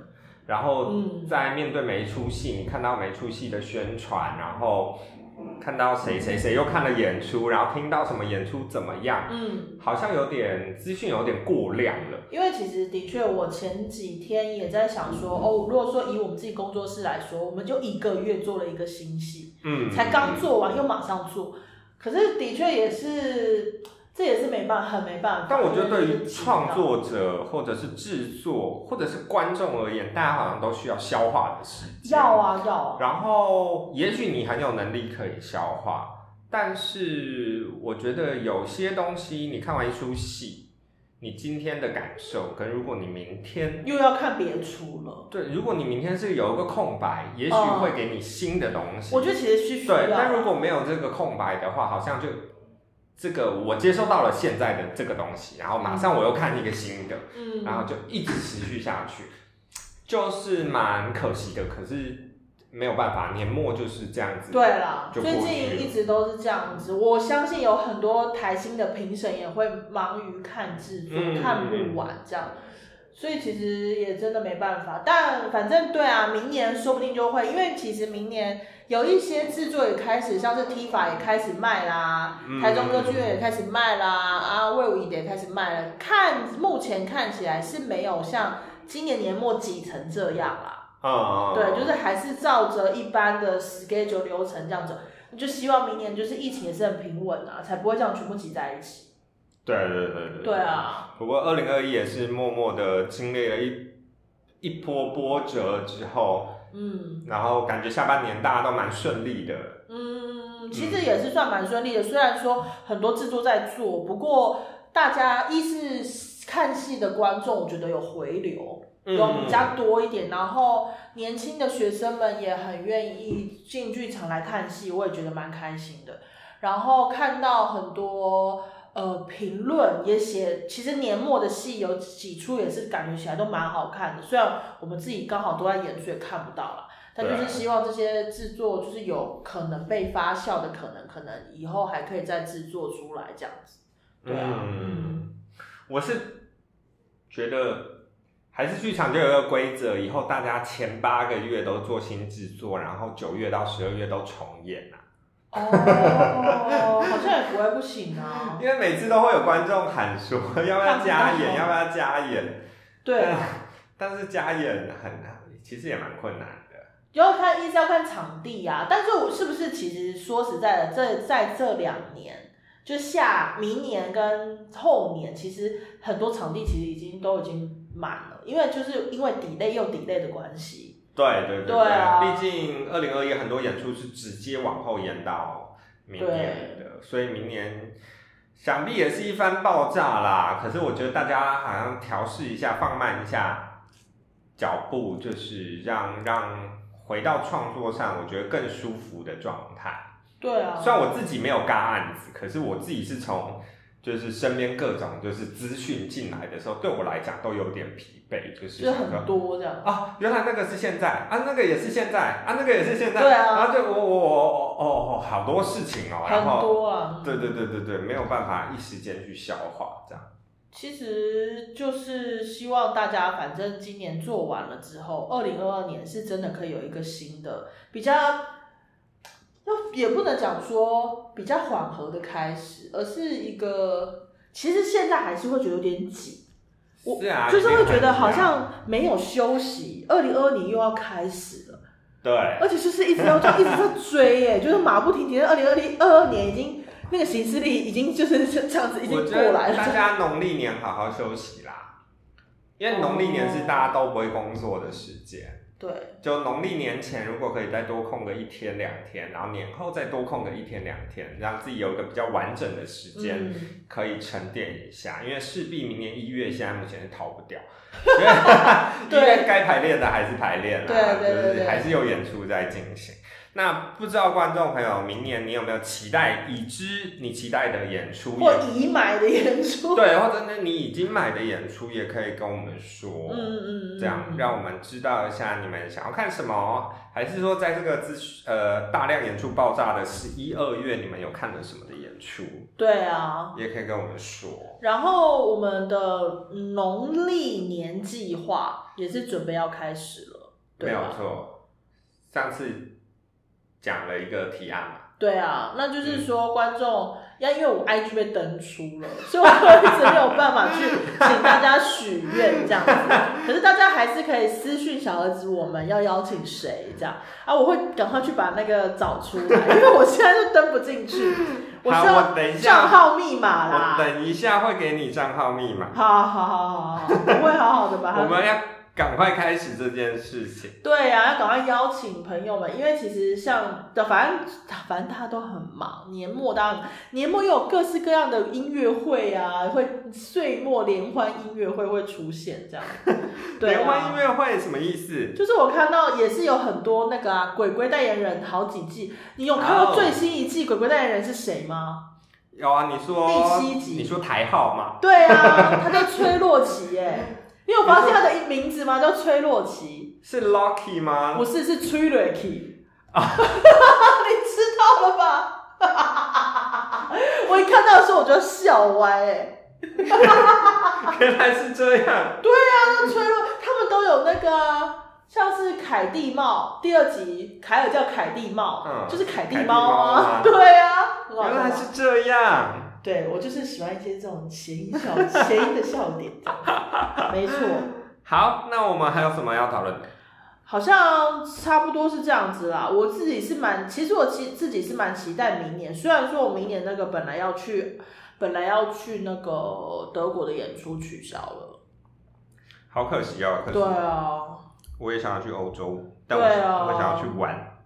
[SPEAKER 2] 然后
[SPEAKER 1] 嗯
[SPEAKER 2] 在面对每一出戏，你看到每一出戏的宣传，然后看到谁谁谁又看了演出，然后听到什么演出怎么样，
[SPEAKER 1] 嗯。
[SPEAKER 2] 好像有点资讯有点过量了。
[SPEAKER 1] 因为其实的确，我前几天也在想说，哦，如果说以我们自己工作室来说，我们就一个月做了一个新戏，
[SPEAKER 2] 嗯，
[SPEAKER 1] 才刚做完又马上做，可是的确也是。这也是没办法，很没办法。
[SPEAKER 2] 但我觉得对
[SPEAKER 1] 就是
[SPEAKER 2] 于
[SPEAKER 1] 知道
[SPEAKER 2] 创，作者或者是制作或者是观众而言，大家好像都需要消化的时间。
[SPEAKER 1] 要啊要啊，
[SPEAKER 2] 然后，也许你很有能力可以消化，但是我觉得有些东西，你看完一出戏，你今天的感受，跟如果你明天，
[SPEAKER 1] 又要看别出了。
[SPEAKER 2] 对，如果你明天是有一个空白，也许
[SPEAKER 1] 嗯
[SPEAKER 2] 会给你新的东西。
[SPEAKER 1] 我觉得其实是需要。
[SPEAKER 2] 对，但如果没有这个空白的话，好像就这个我接收到了现在的这个东西，然后马上我又看一个新的，
[SPEAKER 1] 嗯，
[SPEAKER 2] 然后就一直持续下去，就是蛮可惜的。可是没有办法，年末就是这样子。
[SPEAKER 1] 对啊啦，
[SPEAKER 2] 就
[SPEAKER 1] 最
[SPEAKER 2] 过去了
[SPEAKER 1] 近一直都是这样子。我相信有很多台新的评审也会忙于看制作，
[SPEAKER 2] 嗯
[SPEAKER 1] 看不完这样。所以其实也真的没办法，但反正对啊，明年说不定就会，因为其实明年有一些制作也开始，像是 T 法也开始卖啦，
[SPEAKER 2] 嗯
[SPEAKER 1] 台中歌剧院也开始卖啦，啊，魏武营也开始卖了。看目前看起来是没有像今年年末挤成这样啦。
[SPEAKER 2] 嗯，
[SPEAKER 1] 对，就是还是照着一般的 schedule 流程这样走。你就希望明年就是疫情也是很平稳啊，才不会这样全部挤在一起。
[SPEAKER 2] 对对对对
[SPEAKER 1] 对。啊，
[SPEAKER 2] 不过二零二一也是默默的经历了一一波波折之后，
[SPEAKER 1] 嗯
[SPEAKER 2] 然后感觉下半年大家都蛮顺利的。
[SPEAKER 1] 嗯，其实也是算蛮顺利的。虽然说很多制作在做，不过大家一是看戏的观众，我觉得有回流，有比较多一点，然后年轻的学生们也很愿意进剧场来看戏，我也觉得蛮开心的。然后看到很多呃评论也写，其实年末的戏有几出也是感觉起来都蛮好看的，虽然我们自己刚好都在演，所以看不到啦。但就
[SPEAKER 2] 对
[SPEAKER 1] 是希望这些制作就是有可能被发酵的可能，可能以后还可以再制作出来这样子。对啊，嗯，
[SPEAKER 2] 嗯，我是觉得还是剧场就有一个规则，以后大家前八个月都做新制作，然后九月到十二月都重演啊。
[SPEAKER 1] 哦，好像也不会不行啊。
[SPEAKER 2] 因为每次都会有观众喊说要不要加演，要
[SPEAKER 1] 看
[SPEAKER 2] 不要加演，
[SPEAKER 1] 对 啊，
[SPEAKER 2] 但是加演很难，其实也蛮困难的。
[SPEAKER 1] 要看，一是要看场地呀、但是我是不是其实说实在的，这在这两年，就下明年跟后年，其实很多场地其实已经都已经满了，因为就是因为 delay 又 delay 的关系。
[SPEAKER 2] 对对对
[SPEAKER 1] 对啊
[SPEAKER 2] 毕竟二零二一很多演出是直接往后延到明年的，所以明年想必也是一番爆炸啦。可是我觉得大家好像调试一下，放慢一下脚步，就是让让回到创作上，我觉得更舒服的状态。
[SPEAKER 1] 对啊，
[SPEAKER 2] 虽然我自己没有嘎案子，可是我自己是从就是身边各种就是资讯进来的时候，对我来讲都有点疲惫，就是
[SPEAKER 1] 就是
[SPEAKER 2] 想说
[SPEAKER 1] 很多这样。
[SPEAKER 2] 啊，原来那个是现在啊，那个也是现在啊，那个也是现在，
[SPEAKER 1] 对啊
[SPEAKER 2] 然后就我我我哦哦，好多事情哦，然
[SPEAKER 1] 很
[SPEAKER 2] 后
[SPEAKER 1] 多啊，
[SPEAKER 2] 对对对对对，没有办法一时间去消化这样。
[SPEAKER 1] 其实就是希望大家，反正今年做完了之后，二零二二年是真的可以有一个新的比较，要也不能讲说比较缓和的开始，而是一个其实现在还是会觉得有点挤，我
[SPEAKER 2] 是啊，
[SPEAKER 1] 就是会
[SPEAKER 2] 一定
[SPEAKER 1] 觉得好
[SPEAKER 2] 这样
[SPEAKER 1] 像没有休息，二零二二年又要开始了，
[SPEAKER 2] 对，
[SPEAKER 1] 而且就是一直要这样一直在追耶，就是马不停蹄。二零二零二二年已经那个行事力已经就是这样子已经
[SPEAKER 2] 我觉
[SPEAKER 1] 过
[SPEAKER 2] 得
[SPEAKER 1] 来
[SPEAKER 2] 大
[SPEAKER 1] 了，
[SPEAKER 2] 家农历年好好休息啦，因为农历年是大家都不会工作的时间。
[SPEAKER 1] 对。
[SPEAKER 2] 就农历年前，如果可以再多空个一天两天，然后年后再多空个一天两天，让自己有一个比较完整的时间，
[SPEAKER 1] 嗯
[SPEAKER 2] 可以沉淀一下，因为势必明年一月现在目前是逃不 掉，因为因为该排练的还是排练啦，
[SPEAKER 1] 对对对
[SPEAKER 2] 就
[SPEAKER 1] 对
[SPEAKER 2] 是还是有演出在进行。那不知道观众朋友，明年你有没有期待已知你期待的演出
[SPEAKER 1] 或
[SPEAKER 2] 也？
[SPEAKER 1] 已买的演出。
[SPEAKER 2] 对，或者呢，你已经买的演出也可以跟我们说，
[SPEAKER 1] 嗯嗯嗯，
[SPEAKER 2] 这样让我们知道一下你们想要看什么，哦还是说在这个资讯呃大量演出爆炸的十一二月，你们有看了什么的演出，
[SPEAKER 1] 对啊。
[SPEAKER 2] 也可以跟我们说。
[SPEAKER 1] 然后我们的农历年计划也是准备要开始了，
[SPEAKER 2] 没
[SPEAKER 1] 对啊
[SPEAKER 2] 有
[SPEAKER 1] 吧？
[SPEAKER 2] 错，上次讲了一个提案嘛，
[SPEAKER 1] 对啊，那就是说观众要，因为我 IG 被登出了，所以我一直没有办法去请大家许愿这样子。可是大家还是可以私讯小儿子，我们要邀请谁这样啊？我会赶快去把那个找出来，因为我现在就登不进去。我我
[SPEAKER 2] 好
[SPEAKER 1] 是要
[SPEAKER 2] 我等一下
[SPEAKER 1] 账号密码
[SPEAKER 2] 我
[SPEAKER 1] 啦。
[SPEAKER 2] 等一下会给你账号密码，
[SPEAKER 1] 好好好好好，我会好好的把它
[SPEAKER 2] 我们要赶快开始这件事情。
[SPEAKER 1] 对呀、要赶快邀请朋友们，因为其实像的，反正反正大家都很忙，年末当然年末又有各式各样的音乐会啊，会岁末联欢音乐会会出现 这样。对、啊，
[SPEAKER 2] 联欢音乐会什么意思？
[SPEAKER 1] 就是我看到也是有很多那个啊，鬼鬼代言人好几季，你有看到
[SPEAKER 2] 哦
[SPEAKER 1] 最新一季鬼鬼代言人是谁吗？
[SPEAKER 2] 有啊，你说
[SPEAKER 1] 第七集
[SPEAKER 2] 你说台号嘛？
[SPEAKER 1] 对啊，他叫崔洛奇耶， 你有发现他的名字吗？叫崔洛奇，
[SPEAKER 2] 是 Lucky 吗？
[SPEAKER 1] 不是是崔洛奇啊， 你知道了吧？ 我一看到的时候我就笑歪哎，
[SPEAKER 2] 原来是这样。
[SPEAKER 1] 对啊，那崔洛他们都有那个啊。像是凯蒂帽第二集，凯尔叫凯蒂帽，
[SPEAKER 2] 嗯
[SPEAKER 1] 就是凯蒂
[SPEAKER 2] 凯蒂
[SPEAKER 1] 猫
[SPEAKER 2] 猫
[SPEAKER 1] 啊
[SPEAKER 2] 啊，
[SPEAKER 1] 对啊，很好
[SPEAKER 2] 原
[SPEAKER 1] 笑
[SPEAKER 2] 来
[SPEAKER 1] 吧
[SPEAKER 2] 是这样。
[SPEAKER 1] 对我就是喜欢一些这种谐音笑谐音的笑点，这样子没错，
[SPEAKER 2] 好，那我们还有什么要讨论的？
[SPEAKER 1] 好像差不多是这样子啦。我自己是蛮，其实我其自己是蛮期待明年，虽然说我明年那个本来要去，本来要去那个德国的演出取消了。
[SPEAKER 2] 好可惜哦，可
[SPEAKER 1] 对
[SPEAKER 2] 惜
[SPEAKER 1] 啊，
[SPEAKER 2] 我也想要去欧洲，但我、
[SPEAKER 1] 对啊
[SPEAKER 2] 我想要去玩。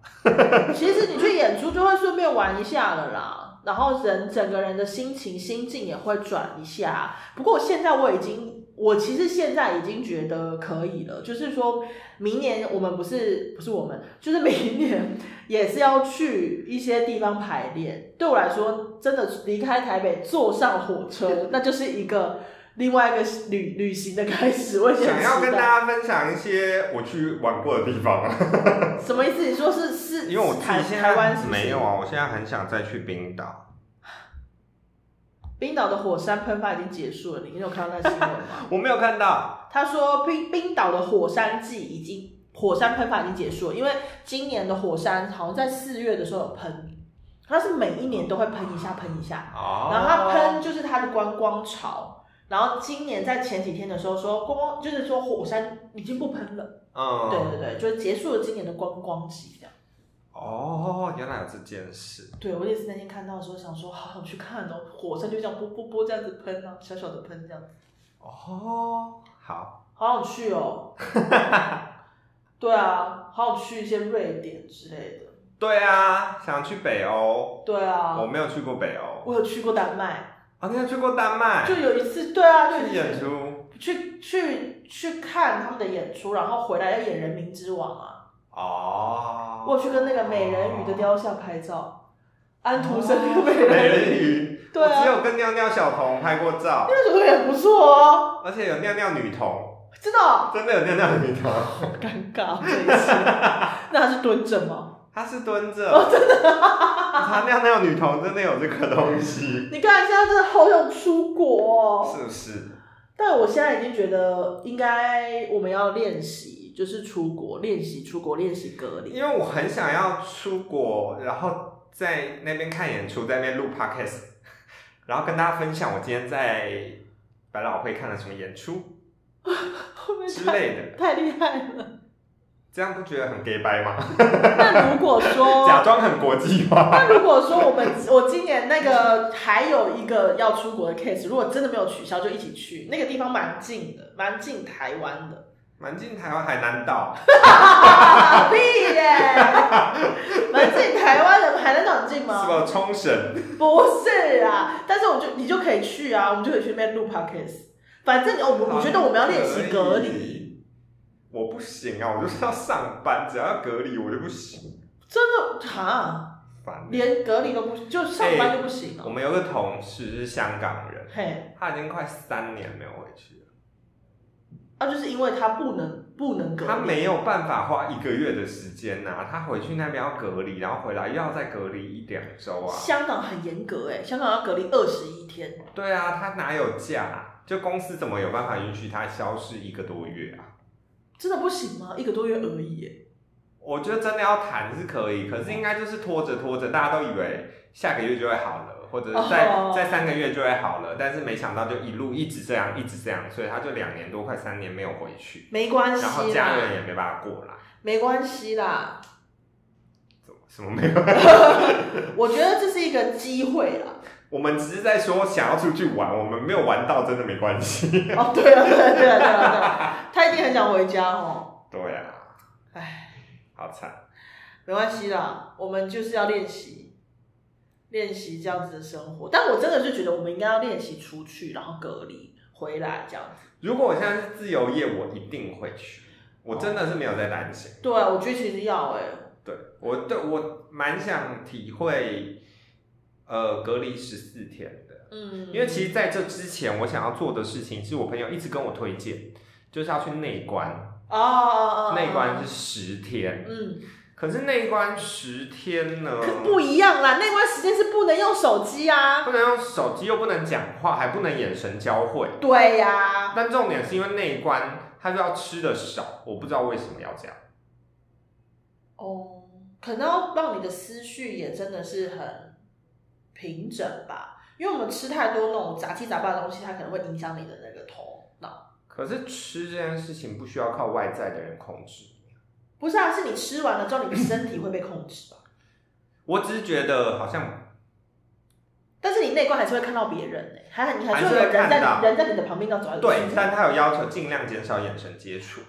[SPEAKER 1] 其实你去演出就会顺便玩一下了啦，然后人整个人的心情心境也会转一下。不过现在我已经，我其实现在已经觉得可以了，就是说明年我们不是不是我们，就是明年也是要去一些地方排练。对我来说，真的离开台北坐上火 车，那就是一个另外一个旅旅行的开始。我也很
[SPEAKER 2] 想要
[SPEAKER 1] 期
[SPEAKER 2] 跟大
[SPEAKER 1] 待。
[SPEAKER 2] 家分享一些我去玩过的地 方啊，
[SPEAKER 1] 什么意思？你说是是？
[SPEAKER 2] 因为我
[SPEAKER 1] 是
[SPEAKER 2] 自
[SPEAKER 1] 台
[SPEAKER 2] 己现
[SPEAKER 1] 台湾
[SPEAKER 2] 在
[SPEAKER 1] 是不是
[SPEAKER 2] 没有啊，我现在很想再去冰岛。
[SPEAKER 1] 冰岛的火山喷发已经结束了，你你有看到那新闻 吗？
[SPEAKER 2] 我没有看到，
[SPEAKER 1] 他说冰冰岛的火山季已经火山喷发已经结束了，因为今年的火山好像在四月的时候有喷，它是每一年都会喷一下喷一下，
[SPEAKER 2] 哦
[SPEAKER 1] 然后它喷就是它的观光潮。然后今年在前几天的时候说，观光就是说火山已经不喷了，
[SPEAKER 2] 嗯，
[SPEAKER 1] 对对对，就是结束了今年的观光季这样。
[SPEAKER 2] 哦，原来有这件事。
[SPEAKER 1] 对我也是那天看到的时候想说，好想去看哦， 火山就这样啵啵啵这样子喷啊，小小的喷这样子。
[SPEAKER 2] 哦，好，
[SPEAKER 1] 好想去哦。对啊，好想去一些瑞典之类的。
[SPEAKER 2] 对啊，想去北欧，
[SPEAKER 1] 对
[SPEAKER 2] 我
[SPEAKER 1] 啊，
[SPEAKER 2] 没有去过北欧。
[SPEAKER 1] 我有去过丹麦，
[SPEAKER 2] 啊，你有去过丹麦？
[SPEAKER 1] 就有一次，对啊，就有一
[SPEAKER 2] 去
[SPEAKER 1] 次
[SPEAKER 2] 演出
[SPEAKER 1] 去去去看他们的演出，然后回来要演《人民之王》啊，
[SPEAKER 2] 哦。
[SPEAKER 1] 我有去跟那个美人鱼的雕像拍照，安徒生那个美
[SPEAKER 2] 美人
[SPEAKER 1] 人鱼，
[SPEAKER 2] 鱼，
[SPEAKER 1] 对啊
[SPEAKER 2] 我只有跟尿尿小童拍过照，
[SPEAKER 1] 那首歌也不错哦，
[SPEAKER 2] 而且有尿尿女童，
[SPEAKER 1] 真的哦、
[SPEAKER 2] 真的有尿尿女童，
[SPEAKER 1] 好尴尬这一 次，那他是蹲着吗？
[SPEAKER 2] 她是蹲着，哦，真的，她尿尿女童真的有这个东西，
[SPEAKER 1] 你看现在真的好想出国哦。
[SPEAKER 2] 是不是？
[SPEAKER 1] 但我现在已经觉得，应该我们要练习，就是出国练习，出国练习隔离。
[SPEAKER 2] 因为我很想要出国，然后在那边看演出，在那边录 podcast，然后跟大家分享我今天在百老汇看了什么演出
[SPEAKER 1] 会不会
[SPEAKER 2] 之
[SPEAKER 1] 太
[SPEAKER 2] 类的，
[SPEAKER 1] 太厉害了？
[SPEAKER 2] 这样不觉得很 gay 掰吗？
[SPEAKER 1] 那如果
[SPEAKER 2] 假
[SPEAKER 1] 说，
[SPEAKER 2] 装很国际化。
[SPEAKER 1] 那如果说我们我今年那个还有一个要出国的 case，如果真的没有取消，就一起去。那个地方蛮近的，蛮近台湾的。
[SPEAKER 2] 蛮近台湾海南岛，
[SPEAKER 1] 啊屁耶！蛮近台湾的，海南岛很近
[SPEAKER 2] 是
[SPEAKER 1] 吗？
[SPEAKER 2] 吧？冲绳，
[SPEAKER 1] 不是啊，但是我就你就可以去啊，我们就可以去那边录 podcast。反正我们我觉得我们要练习隔离。
[SPEAKER 2] 离。我不行啊，我就是要上班，只要隔离我就不行，
[SPEAKER 1] 真的哈，
[SPEAKER 2] 烦。
[SPEAKER 1] 连隔离都不，就上班就不行了、
[SPEAKER 2] 我们有个同事是香港人，
[SPEAKER 1] 嘿，
[SPEAKER 2] 他已经快三年没有回去了。
[SPEAKER 1] 那、啊就是因为他不能不能隔离，
[SPEAKER 2] 他没有办法花一个月的时间呐、他回去那边要隔离，然后回来又要再隔离一两周啊。
[SPEAKER 1] 香港很严格哎、香港要隔离二十一天，
[SPEAKER 2] 对啊，他哪有假、就公司怎么有办法允许他消失一个多月啊？
[SPEAKER 1] 真的不行吗？一个多月而已、欸，
[SPEAKER 2] 我觉得真的要谈是可以，可是应该就是拖着拖着，大家都以为下个月就会好了，或者是在、
[SPEAKER 1] 哦
[SPEAKER 2] 在三个月就会好了，但是没想到就一路一直这样，一直这样，所以他就两年多快三年没有回去，
[SPEAKER 1] 没关
[SPEAKER 2] 然后
[SPEAKER 1] 系
[SPEAKER 2] 家
[SPEAKER 1] 啦，
[SPEAKER 2] 人也没办法过来，
[SPEAKER 1] 没关系啦，
[SPEAKER 2] 怎么什么没有？
[SPEAKER 1] 我觉得这是一个机会啦。
[SPEAKER 2] 我们只是在说想要出去玩，我们没有玩到真的没关 系。
[SPEAKER 1] 哦，对啊，对啊，对啊，对啊，对啊，他一定很想回家哦。
[SPEAKER 2] 对啊，
[SPEAKER 1] 唉，
[SPEAKER 2] 好惨。
[SPEAKER 1] 没关系啦，我们就是要练习，练习这样子的生活。但我真的是觉得我们应该要练习出去，然后隔离回来这样子。
[SPEAKER 2] 如果我现在是自由业，我一定会去。我真的是没有在担心。
[SPEAKER 1] 对啊，我觉得其实要哎、
[SPEAKER 2] 对我对我蛮想体会，呃，隔离十四天的，
[SPEAKER 1] 嗯，
[SPEAKER 2] 因为其实在这之前，我想要做的事情是我朋友一直跟我推荐，就是要去内观，
[SPEAKER 1] 哦哦哦，
[SPEAKER 2] 内
[SPEAKER 1] 哦
[SPEAKER 2] 观是十天，
[SPEAKER 1] 嗯，
[SPEAKER 2] 可是内观十天呢，
[SPEAKER 1] 可不一样啦，内观时间是不能用手机啊。
[SPEAKER 2] 不能用手机，又不能讲话，还不能眼神交汇。
[SPEAKER 1] 对呀、
[SPEAKER 2] 但重点是因为内观，他就要吃的少，我不知道为什么要这样。
[SPEAKER 1] 哦，可能要让你的思绪也真的是很平整吧，因为我们吃太多那种杂七杂八的东西，它可能会影响你的那个头脑。
[SPEAKER 2] 可是吃这件事情不需要靠外在的人控制，
[SPEAKER 1] 不是啊，是你吃完了之后，你的身体会被控制吧？
[SPEAKER 2] 我只是觉得好像
[SPEAKER 1] 但是你内观还是会看到别人呢、欸还你还
[SPEAKER 2] 还
[SPEAKER 1] 是
[SPEAKER 2] 是
[SPEAKER 1] 会
[SPEAKER 2] 会
[SPEAKER 1] 有人在
[SPEAKER 2] 看到
[SPEAKER 1] 你人在你的旁边这样走来走去
[SPEAKER 2] 对，但他有要求尽量减少眼神接触。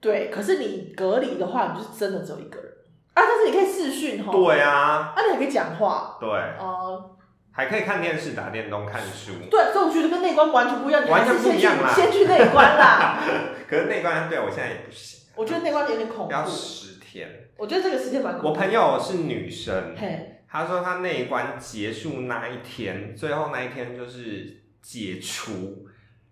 [SPEAKER 1] 对，可是你隔离的话，你就是真的只有一个人啊。但是你可以视讯吼，
[SPEAKER 2] 对啊，
[SPEAKER 1] 啊，你还可以讲话，
[SPEAKER 2] 对，
[SPEAKER 1] 哦、
[SPEAKER 2] 还可以看电视、打电动、看书。
[SPEAKER 1] 对，这我觉得跟内观完全不一样，你还
[SPEAKER 2] 完全
[SPEAKER 1] 是先
[SPEAKER 2] 不一
[SPEAKER 1] 去
[SPEAKER 2] 样啦
[SPEAKER 1] 先去内观啦。
[SPEAKER 2] 可是内观对我现在也不行，
[SPEAKER 1] 我觉得内观有点恐怖，
[SPEAKER 2] 要十天。
[SPEAKER 1] 我觉得这个时间蛮恐怖。
[SPEAKER 2] 我朋友是女生，
[SPEAKER 1] 嘿，
[SPEAKER 2] 她说她内观结束那一天，最后那一天就是解除，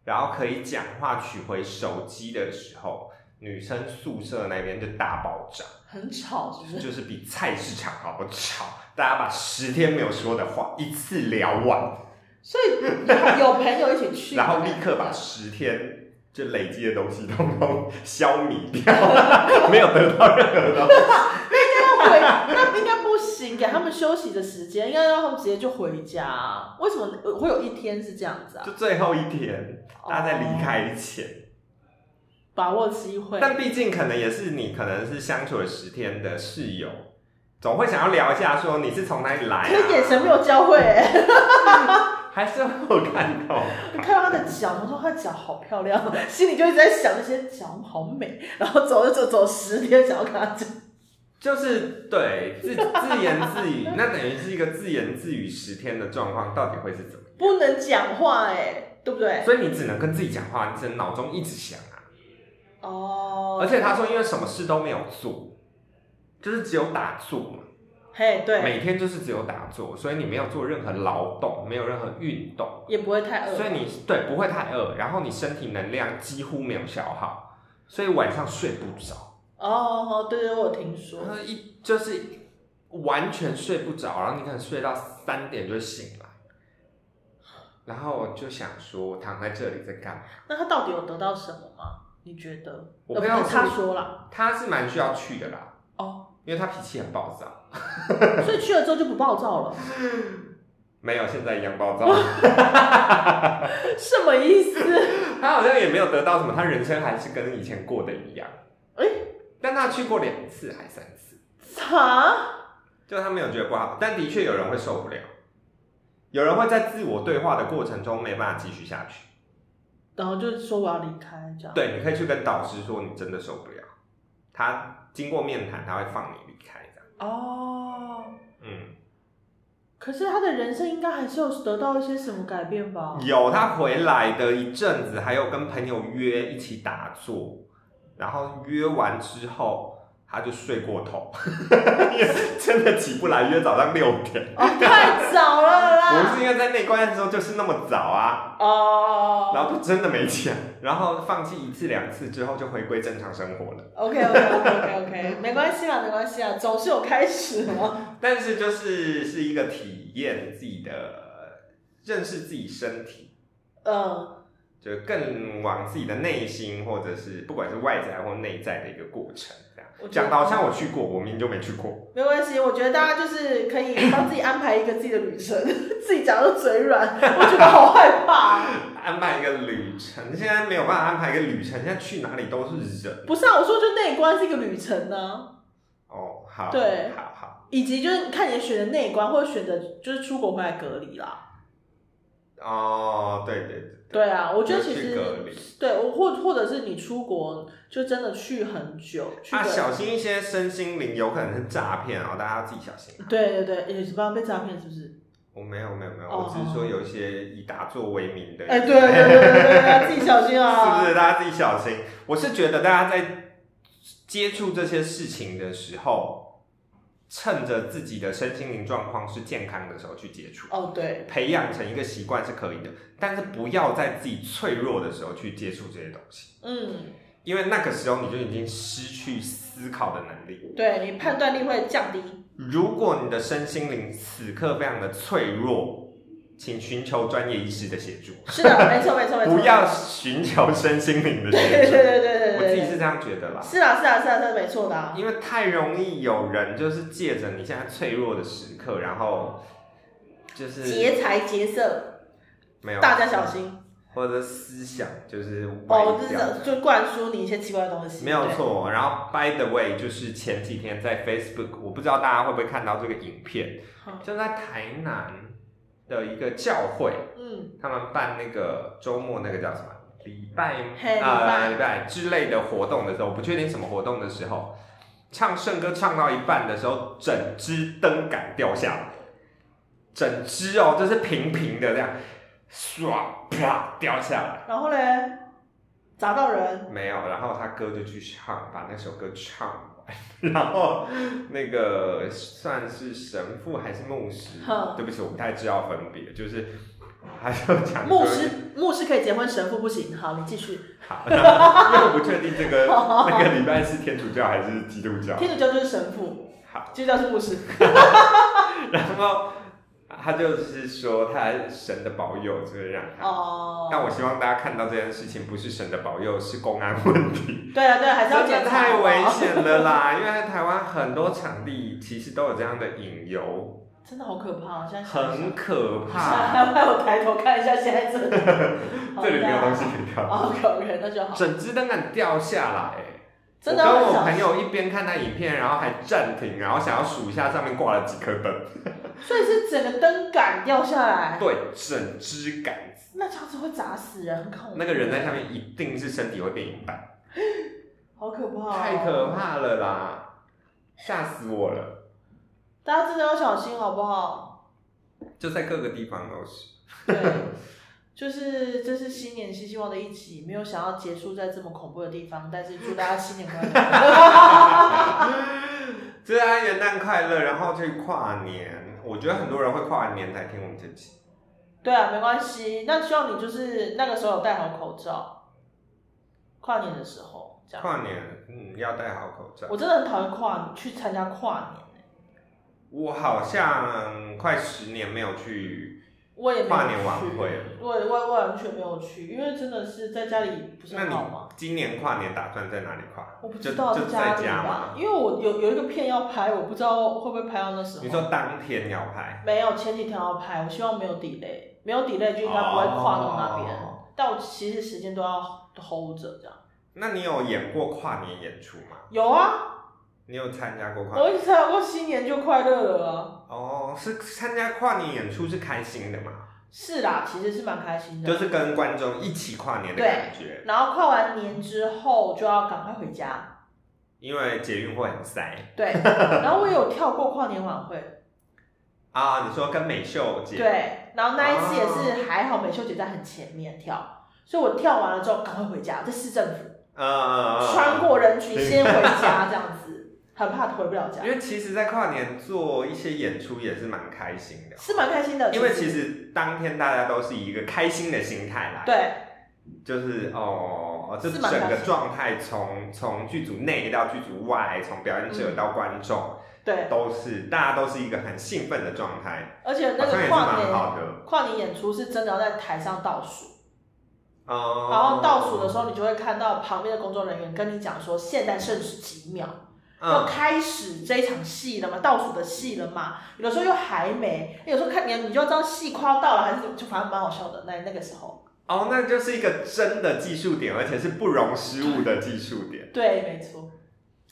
[SPEAKER 2] 然后可以讲话取回手机的时候，女生宿舍那边就大爆炸，
[SPEAKER 1] 很吵，是不是？
[SPEAKER 2] 就是比菜市场好吵，大家把十天没有说的话一次聊完。
[SPEAKER 1] 所以有有朋友一起去，
[SPEAKER 2] 然后立刻把十天就累积的东西通通消弭掉 了，没有得到任何东西。
[SPEAKER 1] 那回，那应该不行，给他们休息的时间，应该让他们直接就回家。为什么会有一天是这样子啊？
[SPEAKER 2] 就最后一天，大家在离开之前，
[SPEAKER 1] 把握机会，
[SPEAKER 2] 但毕竟可能也是你可能是相处了十天的室友，总会想要聊一下，说你是从哪里来、
[SPEAKER 1] 可
[SPEAKER 2] 啊，
[SPEAKER 1] 是眼神没有交汇、欸。
[SPEAKER 2] 还是会有看到。
[SPEAKER 1] 你 看到他的脚，我说他的脚好漂亮，心里就一直在想那些脚好美，然后走就走走十天，想要跟他讲。
[SPEAKER 2] 就是 对自自言自语，那等于是一个自言自语十天的状况，到底会是怎么
[SPEAKER 1] 不能讲话哎、对不对
[SPEAKER 2] 样？？所以你只能跟自己讲话，你只能脑中一直想啊。
[SPEAKER 1] 哦，
[SPEAKER 2] 而且他说，因为什么事都没有做，就是只有打坐嘛，
[SPEAKER 1] 嘿，对，
[SPEAKER 2] 每天就是只有打坐，所以你没有做任何劳动，没有任何运动，
[SPEAKER 1] 也不会太饿，
[SPEAKER 2] 所以你对不会太饿，然后你身体能量几乎没有消耗，所以晚上睡不着，
[SPEAKER 1] 哦，对对，我有听说，
[SPEAKER 2] 然后一就是完全睡不着，然后你可能睡到三点就会醒来。然后我就想说，我躺在这里在干嘛？
[SPEAKER 1] 那他到底有得到什么吗？你觉得？
[SPEAKER 2] 我
[SPEAKER 1] 呃
[SPEAKER 2] 朋
[SPEAKER 1] 不
[SPEAKER 2] 友
[SPEAKER 1] 是他
[SPEAKER 2] 是
[SPEAKER 1] 说了
[SPEAKER 2] 他是蛮需要去的啦，
[SPEAKER 1] 哦，
[SPEAKER 2] 因为他脾气很暴躁。
[SPEAKER 1] 所以去了之后就不暴躁了，
[SPEAKER 2] 没有，现在一样 暴躁。
[SPEAKER 1] 什么意 思？
[SPEAKER 2] 他好像也没有得到什么，他人生还是跟以前过的一样。
[SPEAKER 1] 哎
[SPEAKER 2] 但他去过两次还三次，
[SPEAKER 1] 啥？
[SPEAKER 2] 就他没有觉得不好，但的确有人会受不了，有人会在自我对话的过程中没办法继续下去。
[SPEAKER 1] 然后就说我要离开这样。，
[SPEAKER 2] 对，你可以去跟导师说你真的受不了，他经过面谈他会放你离开这样。
[SPEAKER 1] 哦，
[SPEAKER 2] 嗯，
[SPEAKER 1] 可是他的人生应该还是有得到一些什么改变吧？
[SPEAKER 2] 有他回来的一阵子，还有跟朋友约一起打坐，然后约完之后。他就睡过头， 因为真的起不来，约早上六点。
[SPEAKER 1] 哦，太早了
[SPEAKER 2] 我
[SPEAKER 1] 啦。
[SPEAKER 2] 是因为在内观的时候就是那么早啊，然
[SPEAKER 1] 哦
[SPEAKER 2] 后就真的没钱，然后放弃一次两次之后就回归正常生活了。
[SPEAKER 1] ，OK OK OK OK OK，没关系啦，没关系啦，总是有开始嘛。
[SPEAKER 2] 但是就是是一个体验自己的，认识自己身体，
[SPEAKER 1] 嗯，
[SPEAKER 2] 就更往自己的内心或者是不管是外在或内在的一个过程。这样
[SPEAKER 1] 我觉得
[SPEAKER 2] 讲的好像我去过，我明明就没去过。
[SPEAKER 1] 没关系，我觉得大家就是可以帮自己安排一个自己的旅程， 自己讲到嘴软，我觉得好害怕哦。
[SPEAKER 2] 安排一个旅程，现在没有办法安排一个旅程，现在去哪里都是人。
[SPEAKER 1] 不是啊，我说就内观是一个旅程呢、
[SPEAKER 2] 哦，好，
[SPEAKER 1] 对
[SPEAKER 2] 好好，
[SPEAKER 1] 以及就是看你选择内观或者选择就是出国回来隔离啦。
[SPEAKER 2] 哦，对对对，
[SPEAKER 1] 对啊，我觉得其
[SPEAKER 2] 就是
[SPEAKER 1] 实
[SPEAKER 2] 隔离。
[SPEAKER 1] 对，我或或者是你出国就真的去很久，去
[SPEAKER 2] 啊，
[SPEAKER 1] 个
[SPEAKER 2] 小心一些身心灵，有可能是诈骗哦，大家要自己小 心、啊。
[SPEAKER 1] 对对对，也是不要被诈骗，是不是？
[SPEAKER 2] 我没有没有没有，
[SPEAKER 1] 哦
[SPEAKER 2] 我只是说有一些以打坐为名的，
[SPEAKER 1] 哎、对 对对对对对，大家自己小心
[SPEAKER 2] 是
[SPEAKER 1] 啊！
[SPEAKER 2] 不是？大家自己小心。我是觉得大家在接触这些事情的时候，趁着自己的身心灵状况是健康的时候去接触，
[SPEAKER 1] 哦，对，
[SPEAKER 2] 培养成一个习惯是可以的，但是不要在自己脆弱的时候去接触这些东西，
[SPEAKER 1] 嗯，
[SPEAKER 2] 因为那个时候你就已经失去思考的能力。
[SPEAKER 1] 对你判断力会降低。
[SPEAKER 2] 如果你的身心灵此刻非常的脆弱，请寻求专业医师的协助，
[SPEAKER 1] 是的，没错没错没错。
[SPEAKER 2] 不要寻求身心灵的
[SPEAKER 1] 对。对
[SPEAKER 2] 协助。
[SPEAKER 1] 对对对对
[SPEAKER 2] 我自
[SPEAKER 1] 对
[SPEAKER 2] 己
[SPEAKER 1] 对。
[SPEAKER 2] 是这样觉得啦，
[SPEAKER 1] 是啊是啊是啊，是没错的、啊。
[SPEAKER 2] 因为太容易有人就是借着你现在脆弱的时刻，然后就是
[SPEAKER 1] 劫财劫色，
[SPEAKER 2] 没有
[SPEAKER 1] 大家小，心
[SPEAKER 2] 或者思想就是歪
[SPEAKER 1] 哦，就
[SPEAKER 2] 掉。
[SPEAKER 1] 是就灌输你一些奇怪的东西。
[SPEAKER 2] 没有
[SPEAKER 1] 对
[SPEAKER 2] 错，然后 by the way，就是前几天在 Facebook，我不知道大家会不会看到这个影片，
[SPEAKER 1] 嗯
[SPEAKER 2] 就在台南的一个教会，
[SPEAKER 1] 嗯，
[SPEAKER 2] 他们办那个周末那个叫什么礼拜
[SPEAKER 1] 嘿礼
[SPEAKER 2] 啊
[SPEAKER 1] 拜
[SPEAKER 2] 礼拜之类的活动的时候，我不确定什么活动的时候，唱圣歌唱到一半的时候，整只灯杆掉下来，整只哦，就是平平的这样，唰啪掉下来，
[SPEAKER 1] 然后嘞，砸到人，
[SPEAKER 2] 没有，然后他哥就去唱，把那首歌唱完，然后那个算是神父还是牧师
[SPEAKER 1] 哼，
[SPEAKER 2] 对不起，我不太知道分别，就是他就讲
[SPEAKER 1] 牧
[SPEAKER 2] 说
[SPEAKER 1] 师牧师可以结婚，神父不行。好，你继续。
[SPEAKER 2] 好，因为我不确定这个那个礼拜是天主教还是基督教。
[SPEAKER 1] 天主教就是神父，
[SPEAKER 2] 好，
[SPEAKER 1] 基督教是牧师。
[SPEAKER 2] 然后他就是说他神的保佑，就是让他。
[SPEAKER 1] 哦、
[SPEAKER 2] 但我希望大家看到这件事情，不是神的保佑，是公安问题，
[SPEAKER 1] 对啊对啊，还是要
[SPEAKER 2] 真
[SPEAKER 1] 检查。
[SPEAKER 2] 的太
[SPEAKER 1] 好不好
[SPEAKER 2] 危险 了啦！因为在台湾很多场地其实都有这样的引游，
[SPEAKER 1] 真的好可怕，现在想一想
[SPEAKER 2] 很可怕。
[SPEAKER 1] 害我抬头看一下，现在真的好
[SPEAKER 2] 这里没有东
[SPEAKER 1] 大
[SPEAKER 2] 西可以跳，
[SPEAKER 1] 哦，OK OK，那就好。
[SPEAKER 2] 整只灯杆掉下来、欸
[SPEAKER 1] 真的
[SPEAKER 2] 我跟
[SPEAKER 1] 很
[SPEAKER 2] 我
[SPEAKER 1] 小
[SPEAKER 2] 朋
[SPEAKER 1] 心，
[SPEAKER 2] 友一边看他影片，然后还暂停，然后想要数一下上面挂了几颗灯。
[SPEAKER 1] 所以是整个灯杆掉下来，
[SPEAKER 2] 对，整只杆子，
[SPEAKER 1] 那这样子会砸死人，很恐怖。
[SPEAKER 2] 那个人在下面一定是身体会变一半，
[SPEAKER 1] 好可怕、哦，
[SPEAKER 2] 太可。怕了啦，吓死我了！
[SPEAKER 1] 大家真的要小心，好不好？
[SPEAKER 2] 就在各个地方都是。
[SPEAKER 1] 对，就是这是新年新希望的一集，没有想要结束在这么恐怖的地方，但是祝大家新年快乐。
[SPEAKER 2] 祝大家元旦快乐，然后去跨年。我觉得很多人会跨完年才听我们这期。
[SPEAKER 1] 对啊，没关系。那希望你就是那个时候有戴好口罩，跨年的时候这样。
[SPEAKER 2] 跨年，嗯，要戴好口罩。
[SPEAKER 1] 我真的很讨厌跨去参加跨年、欸，
[SPEAKER 2] 我好像快十年没有去，
[SPEAKER 1] 我也没有
[SPEAKER 2] 跨年晚
[SPEAKER 1] 去
[SPEAKER 2] 会
[SPEAKER 1] 我我我完全没有去，因为真的是在家里不是
[SPEAKER 2] 那
[SPEAKER 1] 很
[SPEAKER 2] 你
[SPEAKER 1] 好吗？
[SPEAKER 2] 今年跨年打算在哪里跨？
[SPEAKER 1] 我不
[SPEAKER 2] 就
[SPEAKER 1] 知道
[SPEAKER 2] 就
[SPEAKER 1] 家
[SPEAKER 2] 在
[SPEAKER 1] 里
[SPEAKER 2] 家吗
[SPEAKER 1] 吧，？因为我有有一个片要拍，我不知道会不会拍到那时候。
[SPEAKER 2] 你说当天要拍，
[SPEAKER 1] 没有，前几天要拍，我希望没有 delay，没有 delay 就应该不会跨到那边。
[SPEAKER 2] 哦
[SPEAKER 1] 但我其实时间都要 hold 着这样。
[SPEAKER 2] 那你有演过跨年演出吗？
[SPEAKER 1] 有啊，
[SPEAKER 2] 你有参加过跨
[SPEAKER 1] 我一直参加过新年就快乐了啊。
[SPEAKER 2] 哦，是参加跨年演出是开心的嘛？
[SPEAKER 1] 是啦，其实是蛮开心的。
[SPEAKER 2] 就是跟观众一起跨年
[SPEAKER 1] 嗯
[SPEAKER 2] 的
[SPEAKER 1] 对
[SPEAKER 2] 感觉，
[SPEAKER 1] 然后跨完年之后就要赶快回家。
[SPEAKER 2] 因为捷运会很塞
[SPEAKER 1] 对，然后我有跳过跨年晚 会，
[SPEAKER 2] 啊。你说跟美秀姐，，
[SPEAKER 1] 对，然后那一次也是还好美秀姐在很前面跳，所以我跳完了之后赶快回家，在市政府
[SPEAKER 2] 呃，
[SPEAKER 1] 穿。过人群先回 家这样子，很怕回不了家
[SPEAKER 2] 因，为其实，在跨年做一些演出也是蛮开心的，
[SPEAKER 1] 是蛮开心的。
[SPEAKER 2] 因为其实当天大家都是以一个开心的心态来，
[SPEAKER 1] 对
[SPEAKER 2] 就是哦，这
[SPEAKER 1] 是
[SPEAKER 2] 整
[SPEAKER 1] 蛮开
[SPEAKER 2] 个
[SPEAKER 1] 心
[SPEAKER 2] 状态从从剧组内到剧组外，从表演者到观众，
[SPEAKER 1] 嗯对，
[SPEAKER 2] 都是大家都是一个很兴奋的状态，
[SPEAKER 1] 而且那
[SPEAKER 2] 哦好像
[SPEAKER 1] 个
[SPEAKER 2] 也是
[SPEAKER 1] 跨
[SPEAKER 2] 蛮
[SPEAKER 1] 年
[SPEAKER 2] 好的。
[SPEAKER 1] 跨年演出是真的要在台上倒数，
[SPEAKER 2] 嗯，
[SPEAKER 1] 然后倒数的时候你就会看到旁边的工作人员跟你讲说现在剩十几秒。要
[SPEAKER 2] 嗯，
[SPEAKER 1] 开始这一场戏了嘛，倒数的戏了嘛，有的时候又还没，哎有时候看你你就要知道戏快要到了还是就反正蛮好笑的。那那个时候，
[SPEAKER 2] 哦，那就是一个真的技术点，而且是不容失误的技术点。
[SPEAKER 1] 对，没错，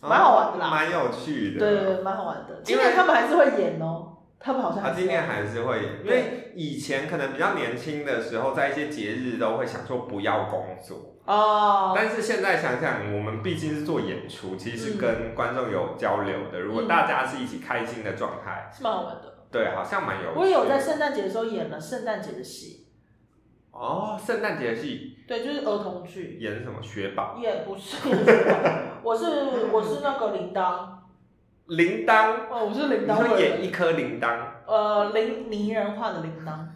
[SPEAKER 1] 蛮好玩的啦
[SPEAKER 2] 哦蛮有趣的。
[SPEAKER 1] 对对对，蛮好玩的。今
[SPEAKER 2] 因为
[SPEAKER 1] 年他们还是会演哦，他们好像
[SPEAKER 2] 啊，
[SPEAKER 1] 还是
[SPEAKER 2] 今
[SPEAKER 1] 会
[SPEAKER 2] 年还是会，因为以前可能比较年轻的时候，在一些节日都会想说不要工作，
[SPEAKER 1] 哦，
[SPEAKER 2] 但是现在想想，我们毕竟是做演出，其实是
[SPEAKER 1] 嗯
[SPEAKER 2] 跟观众有交流的。如果
[SPEAKER 1] 嗯
[SPEAKER 2] 大家是一起开心的状态，
[SPEAKER 1] 是蛮好玩的。
[SPEAKER 2] 对，好像蛮有趣的。
[SPEAKER 1] 我也有在圣诞节的时候演了圣诞节的戏，
[SPEAKER 2] 哦，圣诞节戏
[SPEAKER 1] 对，就是儿童剧，
[SPEAKER 2] 演什么雪宝、
[SPEAKER 1] 也不是， 也不是我是我是那个铃铛，
[SPEAKER 2] 铃铛，
[SPEAKER 1] 哦，我是铃
[SPEAKER 2] 你
[SPEAKER 1] 铛
[SPEAKER 2] 说
[SPEAKER 1] 味
[SPEAKER 2] 演
[SPEAKER 1] 的，
[SPEAKER 2] 一颗铃铛
[SPEAKER 1] 呃，铃泥人化的铃铛，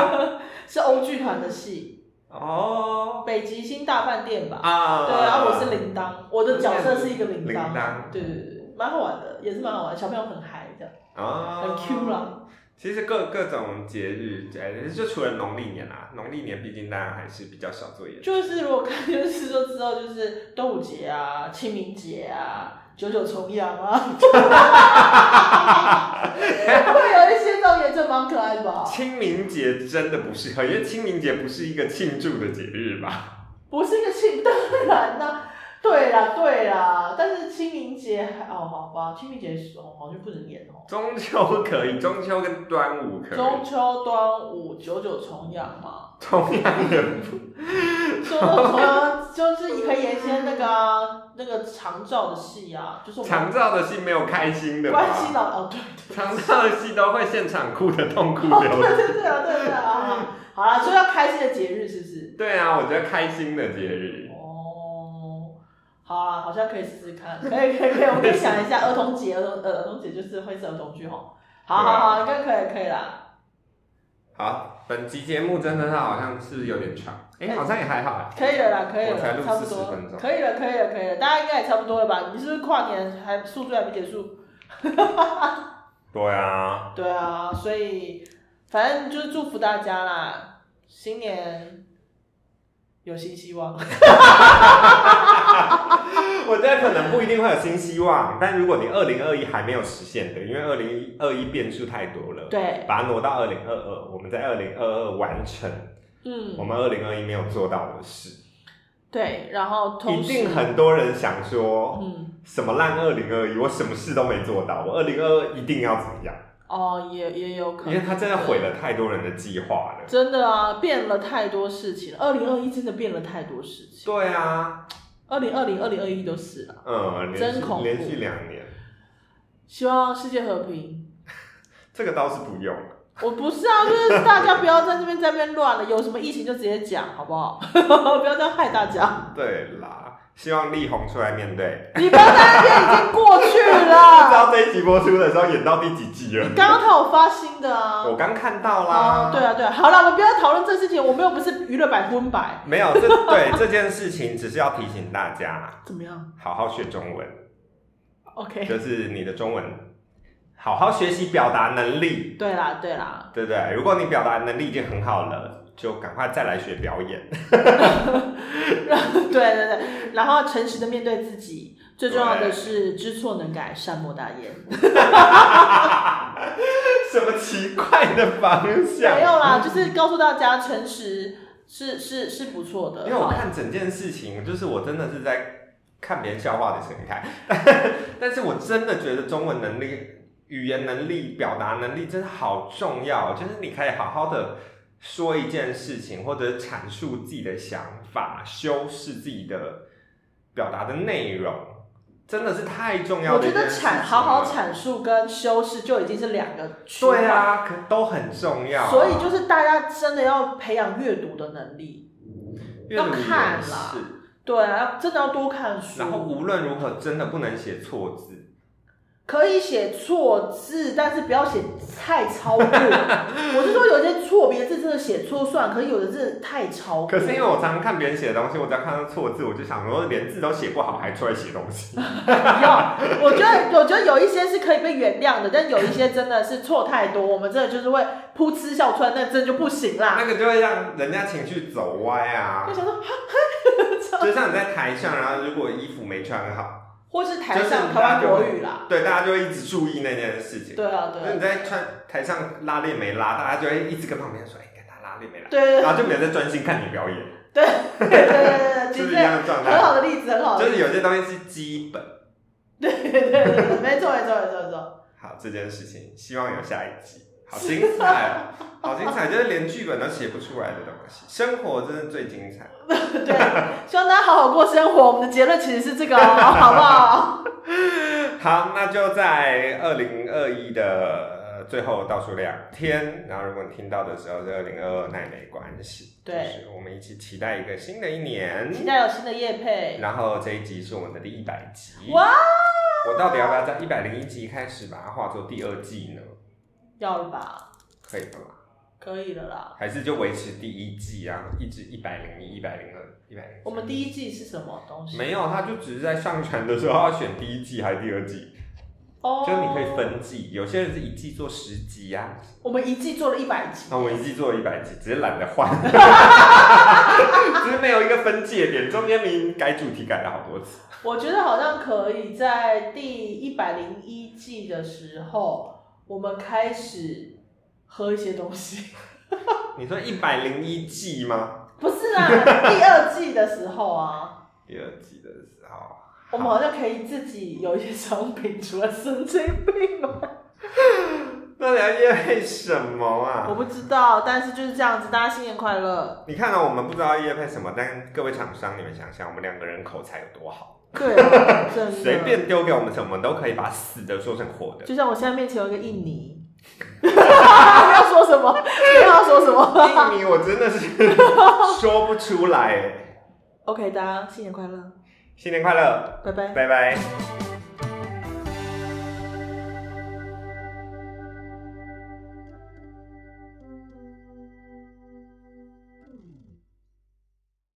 [SPEAKER 1] 是欧剧团的戏，
[SPEAKER 2] 哦
[SPEAKER 1] 北极星大饭店吧？
[SPEAKER 2] 啊，
[SPEAKER 1] 对啊，我是铃铛，我的角色是一个铃
[SPEAKER 2] 铃铛
[SPEAKER 1] 对对对对，蛮好玩的，也是蛮好玩，小朋友很嗨这样，很
[SPEAKER 2] 哦
[SPEAKER 1] Q 啦。。
[SPEAKER 2] 其实各各种节日，哎，就除了农历年啊，农历年毕竟大家还是比较少做演出。
[SPEAKER 1] 就是如果看电视就知道，就是端午节啊、清明节啊、九九重阳 啊，会有一些照片，这蛮可爱的吧？
[SPEAKER 2] 清明节真的不适合，因为清明节不是一个庆祝的节日吧？
[SPEAKER 1] 不是一个庆，当然啦、对啦对啦，但是清明节还哦，好吧，清明节是哦好像不能演哦。
[SPEAKER 2] 中秋可以，中秋跟端午可以，
[SPEAKER 1] 中秋、端午、九九重阳嘛，
[SPEAKER 2] 同样的
[SPEAKER 1] 九九重阳就是你可以演一些那个啊、那个长照的戏啊，就是我们
[SPEAKER 2] 长照的戏没有开心的吧？
[SPEAKER 1] 关系老哦，对对对。
[SPEAKER 2] 长照的戏都会现场哭的痛哭流
[SPEAKER 1] 对
[SPEAKER 2] 涕。
[SPEAKER 1] 对对啊，对对啊，好啦，所以要开心的节日是不是？
[SPEAKER 2] 对啊，我觉得开心的节日，
[SPEAKER 1] 哦，好啦，好像可以试试看，可以可以可以，我们可以想一下儿童节，儿童呃儿童节就是会是儿童剧吼。好好好，应该可以可以啦。
[SPEAKER 2] 好，本集节目真的是好像是有点长，哎、好像也还好啊。
[SPEAKER 1] 可以了啦，可以
[SPEAKER 2] 我才
[SPEAKER 1] 了，
[SPEAKER 2] 录
[SPEAKER 1] 差不
[SPEAKER 2] 40
[SPEAKER 1] 多
[SPEAKER 2] 分，钟
[SPEAKER 1] 可以了，可以了，可以了，大家应该也差不多了吧？你是不是跨年还宿醉还没结束？
[SPEAKER 2] 对啊，
[SPEAKER 1] 对啊，所以反正就是祝福大家啦，新年有新希望。
[SPEAKER 2] 我觉得可能不一定会有新希望，但如果你二零二一还没有实现的，因为二零二一变数太多了，
[SPEAKER 1] 对，
[SPEAKER 2] 把它挪到二零二二，我们在二零二二完成
[SPEAKER 1] 嗯
[SPEAKER 2] 我，们二零二一没有做到的事，
[SPEAKER 1] 对，然后同
[SPEAKER 2] 一
[SPEAKER 1] 时
[SPEAKER 2] 定很多人想说
[SPEAKER 1] 嗯。
[SPEAKER 2] 什么烂二零二一，我什么事都没做到，我二零二二一定要怎么样？
[SPEAKER 1] 哦，也也有可能，
[SPEAKER 2] 因为它真的毁了太多人的计划了。
[SPEAKER 1] 真的啊，变了太多事情了。二零二一真的变了太多事情，
[SPEAKER 2] 对啊，
[SPEAKER 1] 二零二零、二零二一都是了。
[SPEAKER 2] 嗯，连续
[SPEAKER 1] 真恐怖
[SPEAKER 2] 连续两年，
[SPEAKER 1] 希望世界和平。
[SPEAKER 2] 这个倒是不用。
[SPEAKER 1] 我不是啊，就是 大家不要在这边在那边乱了，有什么疫情就直接讲，好不好？ 不要这样害大家。
[SPEAKER 2] 对啦，希望力宏出来面对。
[SPEAKER 1] 你不要在那边已经过去
[SPEAKER 2] 不知
[SPEAKER 1] 了。
[SPEAKER 2] 道这一集播出的时候演到第几集了？
[SPEAKER 1] 刚刚他有发新的啊。
[SPEAKER 2] 我刚看到
[SPEAKER 1] 哦，
[SPEAKER 2] 啦。
[SPEAKER 1] 对啊，对啊，好了，我们不要讨论这事情，我们又不是娱乐百分百，
[SPEAKER 2] 没有这对 这件事情，只是要提醒大家，
[SPEAKER 1] 怎么样
[SPEAKER 2] 好好学中文，
[SPEAKER 1] ？OK，
[SPEAKER 2] 就是你的中文，好好学习表达能力，
[SPEAKER 1] 对啦，对啦，
[SPEAKER 2] 对不对？如果你表达能力已经很好了，就赶快再来学表演。
[SPEAKER 1] 对对对，然后诚实的面对自己，最重要的是知错能改，善莫大焉。
[SPEAKER 2] 什么奇怪的方向
[SPEAKER 1] 没？有啦，就是告诉大家，诚实是是是不错的。
[SPEAKER 2] 因为我
[SPEAKER 1] 好
[SPEAKER 2] 看整件事情，就是我真的是在看别人笑话的心态， 但是我真的觉得中文能力、语言能力、表达能力真的好重要，就是你可以好好的说一件事情，或者阐述自己的想法，修饰自己的表达的内容，真的是太重要
[SPEAKER 1] 我
[SPEAKER 2] 的一
[SPEAKER 1] 觉
[SPEAKER 2] 件
[SPEAKER 1] 得
[SPEAKER 2] 事情了。
[SPEAKER 1] 阐好好阐述跟修饰就已经是两个区块
[SPEAKER 2] 对，啊，可都很重要啊、
[SPEAKER 1] 所以就是大家真的要培养阅读的能力。
[SPEAKER 2] 阅读
[SPEAKER 1] 要
[SPEAKER 2] 也
[SPEAKER 1] 看啦
[SPEAKER 2] 是，
[SPEAKER 1] 对啊，要真的要多看书。
[SPEAKER 2] 然后无论如何真的不能写错字。
[SPEAKER 1] 可以写错字，但是不要写太超过。 我是说，有些错别字真的写错算了，可是有的字太超过。
[SPEAKER 2] 可是因为我常常看别人写的东西，我只要看到错字，我就想说连字都写不好，还出来写东 西。
[SPEAKER 1] 不要，我觉得我觉得有一些是可以被原谅的，但有一些真的是错太多，我们真的就是会噗嗤笑出来，那真的就不行啦。
[SPEAKER 2] 那个就会让人家情绪走歪 啊
[SPEAKER 1] 就。想说，
[SPEAKER 2] 就像你在台上，然后如果衣服没穿好，
[SPEAKER 1] 或是台
[SPEAKER 2] 就是
[SPEAKER 1] 上
[SPEAKER 2] 你
[SPEAKER 1] 台湾
[SPEAKER 2] 大家就
[SPEAKER 1] 国
[SPEAKER 2] 会
[SPEAKER 1] 语啦，
[SPEAKER 2] 对，大家就会一直注意那件事情。
[SPEAKER 1] 对啊，对
[SPEAKER 2] 那
[SPEAKER 1] 啊
[SPEAKER 2] 你在穿台上拉链没拉，大家就会一直跟旁边说：“哎、你看他拉链没拉。”
[SPEAKER 1] 对
[SPEAKER 2] 然后就没有在专心看你表演，
[SPEAKER 1] 对对对对对，
[SPEAKER 2] 就
[SPEAKER 1] 其
[SPEAKER 2] 是一
[SPEAKER 1] 实
[SPEAKER 2] 样的状
[SPEAKER 1] 很
[SPEAKER 2] 态。
[SPEAKER 1] 好的例子，很好的
[SPEAKER 2] 就
[SPEAKER 1] 例子。
[SPEAKER 2] 是有些东西是基本，
[SPEAKER 1] 对对对，没错没错没错没错。
[SPEAKER 2] 好，这件事情希望有下一集。好精彩哦， 好精彩，就是连剧本都写不出来的东西，生活真是最精彩。
[SPEAKER 1] 对，希望大家好好过生活。我们的结论其实是这个、哦，好不好？
[SPEAKER 2] 好，那就在二零二一的呃最后倒数两天，然后如果你听到的时候是二零二二，那也没关系。
[SPEAKER 1] 对
[SPEAKER 2] 就是我们一起期待一个新的一年。
[SPEAKER 1] 期待有新的夜配。
[SPEAKER 2] 然后这一集是我们的第一百集，
[SPEAKER 1] 哇，
[SPEAKER 2] 我到底要不要在一百零一集开始把它化作第二季呢？
[SPEAKER 1] 要了吧？
[SPEAKER 2] 可以的吗？
[SPEAKER 1] 可以了啦。
[SPEAKER 2] 还是就维持第一季啊，一直一百零一、一百零二、一百零。
[SPEAKER 1] 我们第一季是什么东西？
[SPEAKER 2] 没有，他就只是在上传的时候要选第一季还是第二季，
[SPEAKER 1] 哦，
[SPEAKER 2] 就是你可以。分季，有些人是一季做十集啊，
[SPEAKER 1] 我们一季做了一百集。
[SPEAKER 2] 那我一季做一百集，只是懒得 换，只是没有一个分界点，中间明明改主题改了好多次。
[SPEAKER 1] 我觉得好像可以在第一百零一季的时候，我们开始喝一些东 西。
[SPEAKER 2] 你说一百零一季吗？
[SPEAKER 1] 不是啦，第二季的时候啊，
[SPEAKER 2] 第二季的时候，
[SPEAKER 1] 我们好像可以自己有一些商品，除了神经病 哦
[SPEAKER 2] 那你要夜配什么啊
[SPEAKER 1] 我？不知道，但是就是这样子，大家新年快乐。
[SPEAKER 2] 你看到、啊我们不知道夜配什么，但各位厂商，你们想想，我们两个人口才有多好，
[SPEAKER 1] 对 啊，真的。
[SPEAKER 2] 随。便丢给我们什么，都可以把死的说成活的。
[SPEAKER 1] 就像我现在面前有一个印 尼， 你要说什么？你要说什么
[SPEAKER 2] 印尼我真的是说不出来。
[SPEAKER 1] ？OK，大家新年快乐，
[SPEAKER 2] 新年快乐，
[SPEAKER 1] 拜拜。
[SPEAKER 2] 拜拜。